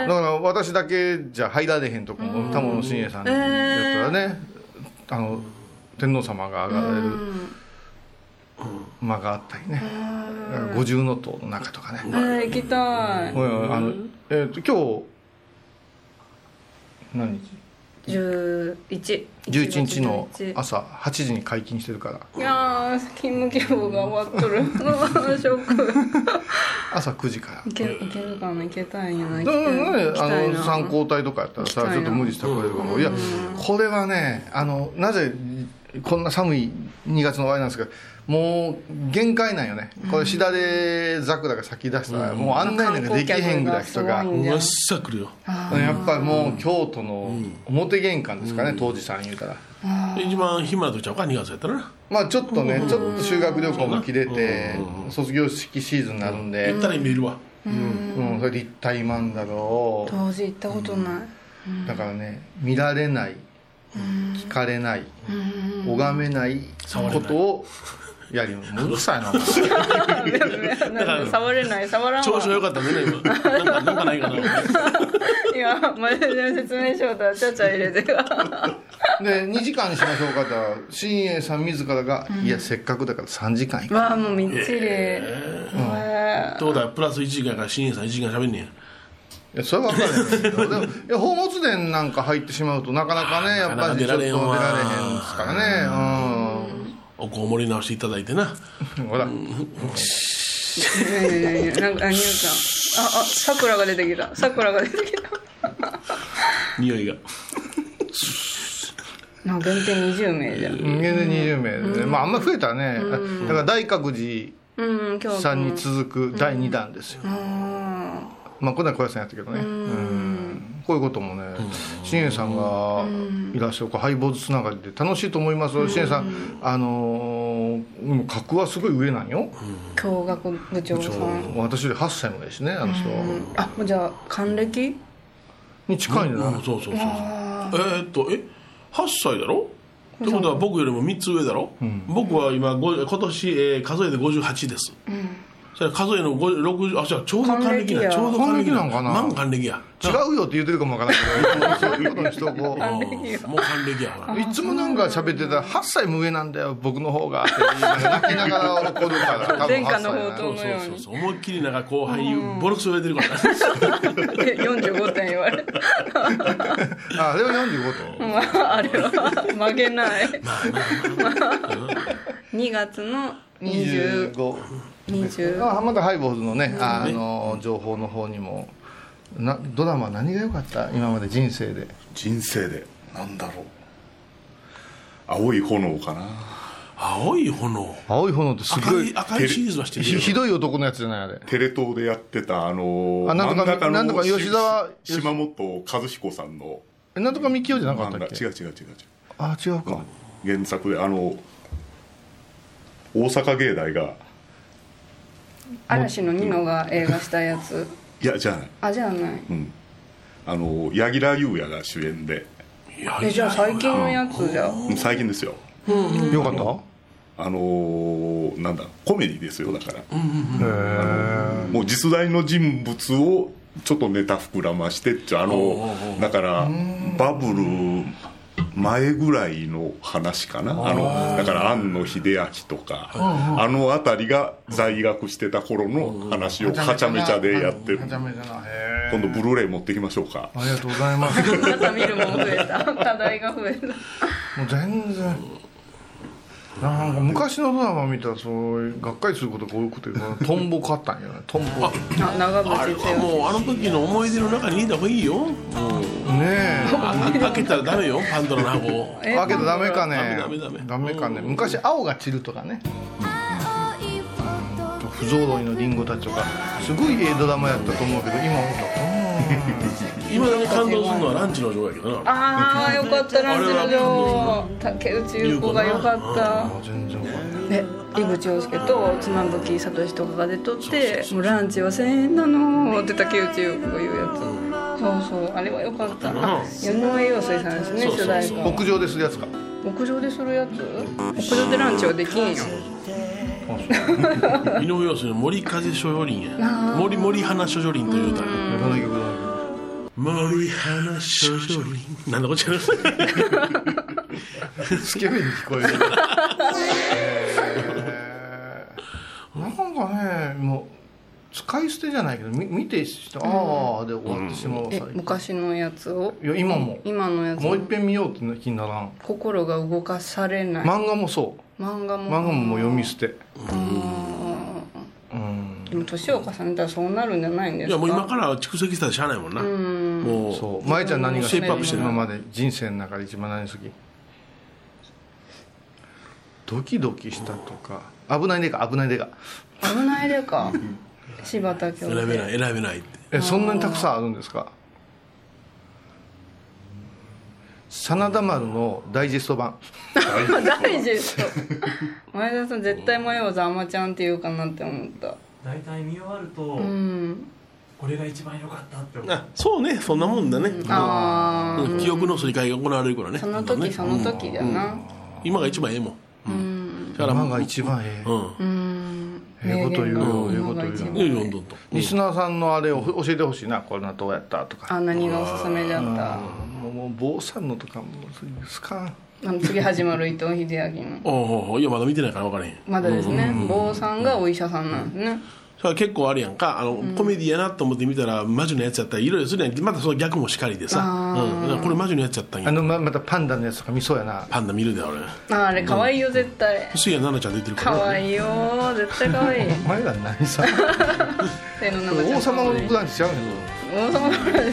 Speaker 4: から私だけじゃ入られへんとこも玉野伸栄さんやったらねあの天皇様が上がられる間があったりねだから五重の塔の中とかね
Speaker 2: え行きたい
Speaker 4: おいおいあのえっと今日何日
Speaker 2: 11
Speaker 4: 11日の
Speaker 2: 11
Speaker 4: 朝8時に解禁してるか
Speaker 2: い
Speaker 4: ら
Speaker 2: やー勤務希望が終わっとる うわーショック
Speaker 4: 朝9時から
Speaker 2: いけいけるかないけたいんやない
Speaker 4: だからね
Speaker 2: 行き
Speaker 4: あ
Speaker 2: たい
Speaker 4: の
Speaker 2: な
Speaker 4: 参考体とかやったらさ
Speaker 2: 行きたいな
Speaker 4: ちょっと無理したらこれかもいやこれはねあのなぜこんな寒い2月の終わりなんですけどもう限界なんよねこれシダでザクラが咲き出したらもう案内なんかできへんぐらい人が
Speaker 2: 観光客がすごいんじゃ
Speaker 5: うわ
Speaker 2: ん
Speaker 5: っさくるよ
Speaker 4: やっぱりもう京都の表玄関ですかね当時さん言うたら
Speaker 5: 一番暇なとちゃうか2月やったらな
Speaker 4: まあちょっとねちょっと修学旅行も切れて卒業式シーズンになるんで
Speaker 5: 行ったら見えるわ
Speaker 4: うんそれ立体漫画を
Speaker 2: 当時行ったことない
Speaker 4: だからね見られない聞かれない拝めない
Speaker 5: 触れ
Speaker 4: こ
Speaker 5: ない
Speaker 4: とをやりもううるさい なお前
Speaker 2: なんか触れない触らん
Speaker 5: 調
Speaker 2: わ
Speaker 5: 子が良かったね今なんかなんかないかな
Speaker 2: いやマネージャー説明書だちゃちゃ入れて
Speaker 4: で2時間にしましょうかって言ったら新栄さん自らが、いやせっかくだから3時間行く
Speaker 2: わあもうみっちり、へ
Speaker 5: ってことはプラス1時間やから新人さん1時間喋んねんや
Speaker 4: いやそれは分からへんけどでも いや宝物殿なんか入ってしまうとなかなかねやっぱりちょっと出られへん
Speaker 5: なかなか出られへんわ
Speaker 4: ですからね
Speaker 5: おこもり直していただいてな
Speaker 4: うんほら
Speaker 2: えいやいやいやなんかあニューちゃんああさくらが出てきたさくらが出てきた
Speaker 5: 匂いが
Speaker 2: なんか限定20名じゃん
Speaker 4: 人間で20名でね、まああんまり増えたらね、だから大覚寺
Speaker 2: うん今日
Speaker 4: さんに続く第2弾ですよ、まあこんな小林さんやったけどね、うんこういうこともね新栄さんがいらっしゃるこうハイボーズつながりで楽しいと思いますよ新栄さんあのーもう格はすごい上なんよ、
Speaker 2: 教学部長さん
Speaker 4: 私より8歳もですねあの人は
Speaker 2: あもうじゃあ還暦
Speaker 4: に近いんじゃない、
Speaker 5: うんそうそうそうそうえーっとえ8歳だろってことは僕よりも3つ上だろ、僕は今ご今年、えー数えて58です、それ数えの50 60あじゃあちょうど還
Speaker 2: 還暦
Speaker 5: 暦な
Speaker 2: や
Speaker 5: ちょうど還暦
Speaker 4: 還暦なんかな
Speaker 5: 満還暦や
Speaker 4: 違うよって言ってるかもわからないけどそういうことにしとこ
Speaker 5: あ
Speaker 4: う
Speaker 5: ーもう還暦やほら
Speaker 4: いつもなんか喋ってたら8歳も上なんだよ僕の方がって言いながら泣きながら怒るから多
Speaker 2: 殿下
Speaker 4: 分8歳
Speaker 2: の宝
Speaker 4: だな
Speaker 2: 刀のよう
Speaker 5: そう
Speaker 2: に
Speaker 5: そう思いっきりなんか後輩ボロクソ言われてるから
Speaker 2: 45点言われた
Speaker 4: ああれは45と、
Speaker 2: あれは曲げない2月の20
Speaker 4: 25
Speaker 2: 20
Speaker 4: あまたハイボーズのね、あの情報の方にもなドラマ何が良かった今まで人生で
Speaker 1: 人生でなんだろう青い炎かな
Speaker 5: 青い炎
Speaker 4: 青い炎ってす
Speaker 5: 赤
Speaker 4: ごい
Speaker 5: い赤いシリーズはしてる
Speaker 4: ひひどい男のやつじゃないあれ
Speaker 1: テレ東でやってたあのー
Speaker 4: あなんとか
Speaker 1: 真中の
Speaker 4: なんとか吉沢
Speaker 1: し島本和彦さんの
Speaker 4: えなんとかみきおじゃなか
Speaker 1: 漫
Speaker 4: った
Speaker 1: 画
Speaker 4: っけ
Speaker 1: 違う違う違う違う
Speaker 4: あ違うか、
Speaker 1: 原作であの大阪芸大が
Speaker 2: 嵐のニノが映画したやつ
Speaker 1: いやじゃない
Speaker 2: あじゃあない
Speaker 1: うんあの柳楽優弥が主演で
Speaker 5: いやい
Speaker 2: え
Speaker 5: や
Speaker 2: じゃあ最近のやつじゃ
Speaker 1: うん最近ですよ
Speaker 4: よかった
Speaker 1: あのーなんだコメディですよだから、
Speaker 4: へ
Speaker 1: もう実在の人物をちょっとネタ膨らましてっちゃあのだからバブル前ぐらいの話かなあのだから庵野秀明とかあの辺りが在学してた頃の話を
Speaker 4: え
Speaker 1: はちゃめちゃでやってる
Speaker 4: はちゃめちゃなへ
Speaker 1: 今度ブルーレイ持ってきましょうか
Speaker 4: ーありがとうございますもう
Speaker 2: あまた見るもん増え た課題が増えた
Speaker 4: 全然なんか昔のドラマ見たらそういうがっかりすることが多くてトンボ買ったんよねトンボね
Speaker 2: あ長
Speaker 5: あれは
Speaker 2: 渕剛
Speaker 5: もうあの時の思い出の中に入れた方がいいよもう
Speaker 4: え
Speaker 5: あ開けたらダメよパンドラの箱を
Speaker 2: え
Speaker 4: あけどダメかね
Speaker 5: ダメダメダメ
Speaker 4: かね昔青が散るとかね不ぞろいのリンゴたちとかすごいええドラマやったと思うけど今思
Speaker 5: 今だけ感動するのはランチの女王やけどな
Speaker 2: ああよかったランチの女王竹内優子がよかった
Speaker 4: うと全然わかんない
Speaker 2: ね井口洋介と妻夫木聡とかが出とって「もうランチは1000円なの」って竹内優子が言うやつそうそうあれはよかったあ井上陽水さんですね
Speaker 5: そうそうそう
Speaker 2: 主題歌
Speaker 4: 屋上でするやつか
Speaker 2: 屋上でするやつ屋上でランチはできんよ
Speaker 5: 井上陽水の森風諸女林や森森花諸女林という歌
Speaker 4: この曲の
Speaker 5: 森花諸女林なんだこっちゃな
Speaker 4: 曲スケベに聞こえるへえなんかねもう使い捨てじゃないけどみ見てしてああで終わってしまうわ
Speaker 2: え
Speaker 4: 最近
Speaker 2: 昔のやつを
Speaker 4: いや今も
Speaker 2: 今のやつ
Speaker 4: もう一遍見ようって気にならん
Speaker 2: 心が動かされない
Speaker 4: 漫画もそう
Speaker 2: 漫画も
Speaker 4: 漫画ももう読み捨て
Speaker 2: うん
Speaker 4: うん
Speaker 2: でも年を重ねたらそうなるんじゃないんですか
Speaker 5: いやもう今から蓄積したらしゃあないもんな、
Speaker 2: うん
Speaker 5: もう
Speaker 4: そう舞ちゃん何が
Speaker 5: シェイプアップしてる
Speaker 4: 今まで人生の中で一番何好きドキドキしたとか危ないでか危ないでか
Speaker 2: 危ないでか柴田教
Speaker 5: 選べ
Speaker 2: 授
Speaker 5: ない選べないって
Speaker 4: えそんなにたくさんあるんですか真田丸のダイジェスト版
Speaker 2: ダイジェスト 前田さん絶対迷わず「あまちゃん」って言うかなって思った
Speaker 10: 大体見終わると
Speaker 2: うん
Speaker 10: これが一番良かったって思う
Speaker 5: あそうねそんなもんだね、
Speaker 2: ああ
Speaker 5: うん記憶のすり替えが行われるからね
Speaker 2: その
Speaker 5: 今
Speaker 2: 時
Speaker 5: ね
Speaker 2: その時だな
Speaker 5: 今が一番ええもん、うん、だから
Speaker 4: 今が一番ええ
Speaker 5: うん
Speaker 2: うん
Speaker 4: ええこと言うよええ
Speaker 2: 名言だ今
Speaker 4: こと言うよ
Speaker 2: が一番
Speaker 5: いやいやどんどんと
Speaker 4: リスナーさんのあれを教えてほしいなこれなどうやったとか
Speaker 2: あ何がおすすめだった
Speaker 4: もうもう坊さんのとかもうすかん
Speaker 2: あの次始まる伊藤英明の
Speaker 5: おうおうおういやまだ見てないから分からへん
Speaker 2: まだですね坊さんがお医者さんなんですね
Speaker 5: それは結構あるやんかあの、コメディやなと思って見たら魔女のやつやったらいろいろするやんまたその逆もしかりでさ、うん、だからこれ魔女のやつやったん
Speaker 4: あ
Speaker 5: や
Speaker 4: のままたパンダのやつとか見そうやな
Speaker 5: パンダ見るで俺
Speaker 2: あーあれ可愛いよ絶対
Speaker 5: せいや奈々ちゃん出てるから
Speaker 2: 可愛いよ絶対可愛い
Speaker 4: お前ら何さ
Speaker 2: 天の中ちゃん
Speaker 4: 王様のブランチちゃうねん
Speaker 2: 王様のブランチ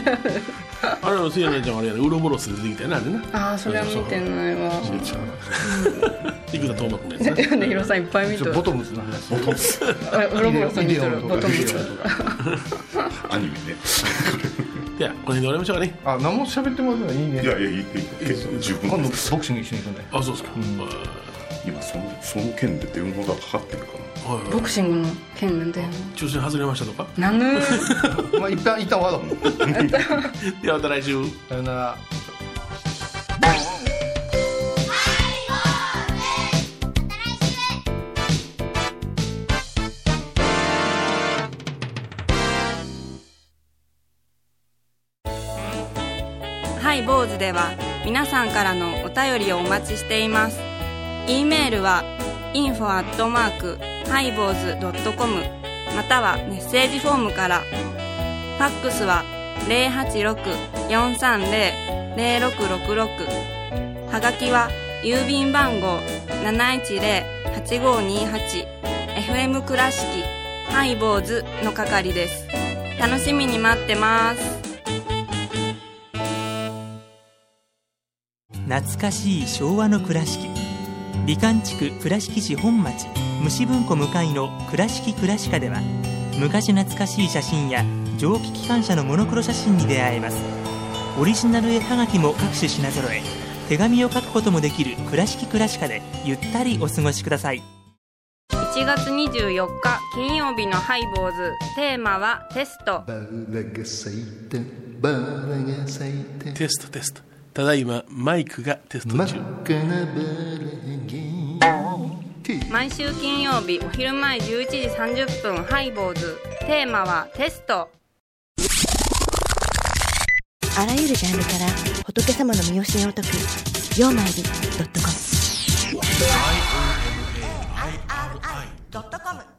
Speaker 5: あれはせいや奈々ちゃんはあれやねウロボロスで出てきたよねあれな
Speaker 2: ああそれは見てないわ
Speaker 5: 生田斗真君のやつな
Speaker 2: ヒロさんいっぱい見と
Speaker 4: ちょ
Speaker 2: る
Speaker 4: ボトムズの話ボトムズ
Speaker 2: ウロボロさん見とるボトム
Speaker 1: ビ
Speaker 2: ス
Speaker 1: デオとか アニメね
Speaker 5: じゃあこの辺で終わりましょうかね
Speaker 4: あ何も喋ってますねいいね
Speaker 1: いやいやいいいい結構十
Speaker 4: 今
Speaker 1: 分
Speaker 4: 度
Speaker 1: で
Speaker 4: ボク
Speaker 1: す
Speaker 4: シング一緒に行くんだよ
Speaker 5: あそうですか、はい
Speaker 1: 今そのその件で電話がかかってるか
Speaker 5: はい
Speaker 2: ボクシングの件なんだよ
Speaker 5: 抽選外れましたとか
Speaker 2: なぬ
Speaker 4: まあ一旦一旦終わろう
Speaker 5: ではまた来週
Speaker 4: さよなら
Speaker 11: ハイボーズで は皆さんからのお便りをお待ちしています。e メールは info アットマークハイボーズドットコムまたはメッセージフォームから。ファックスは086-430-0666はがきは郵便番号710-8528 FM 倉敷ハイボーズの係です。楽しみに待ってます。
Speaker 12: 懐かしい昭和の倉敷美観地区倉敷市本町虫文庫向かいの「倉敷倉歯科」では昔懐かしい写真や蒸気機関車のモノクロ写真に出会えますオリジナル絵はがきも各種品揃え手紙を書くこともできる「倉敷倉歯科」でゆったりお過ごしください
Speaker 11: 1月24日金曜日のハイボーズテーマはテスト
Speaker 5: テストテストただいまマイクがテスト中
Speaker 11: 毎週金曜日お昼前11時30分ハイボーズテーマはテスト
Speaker 13: あらゆるジャンルから仏様の身教えを解く「曜マイルドットコム」
Speaker 5: I-O-M-A-I-R-I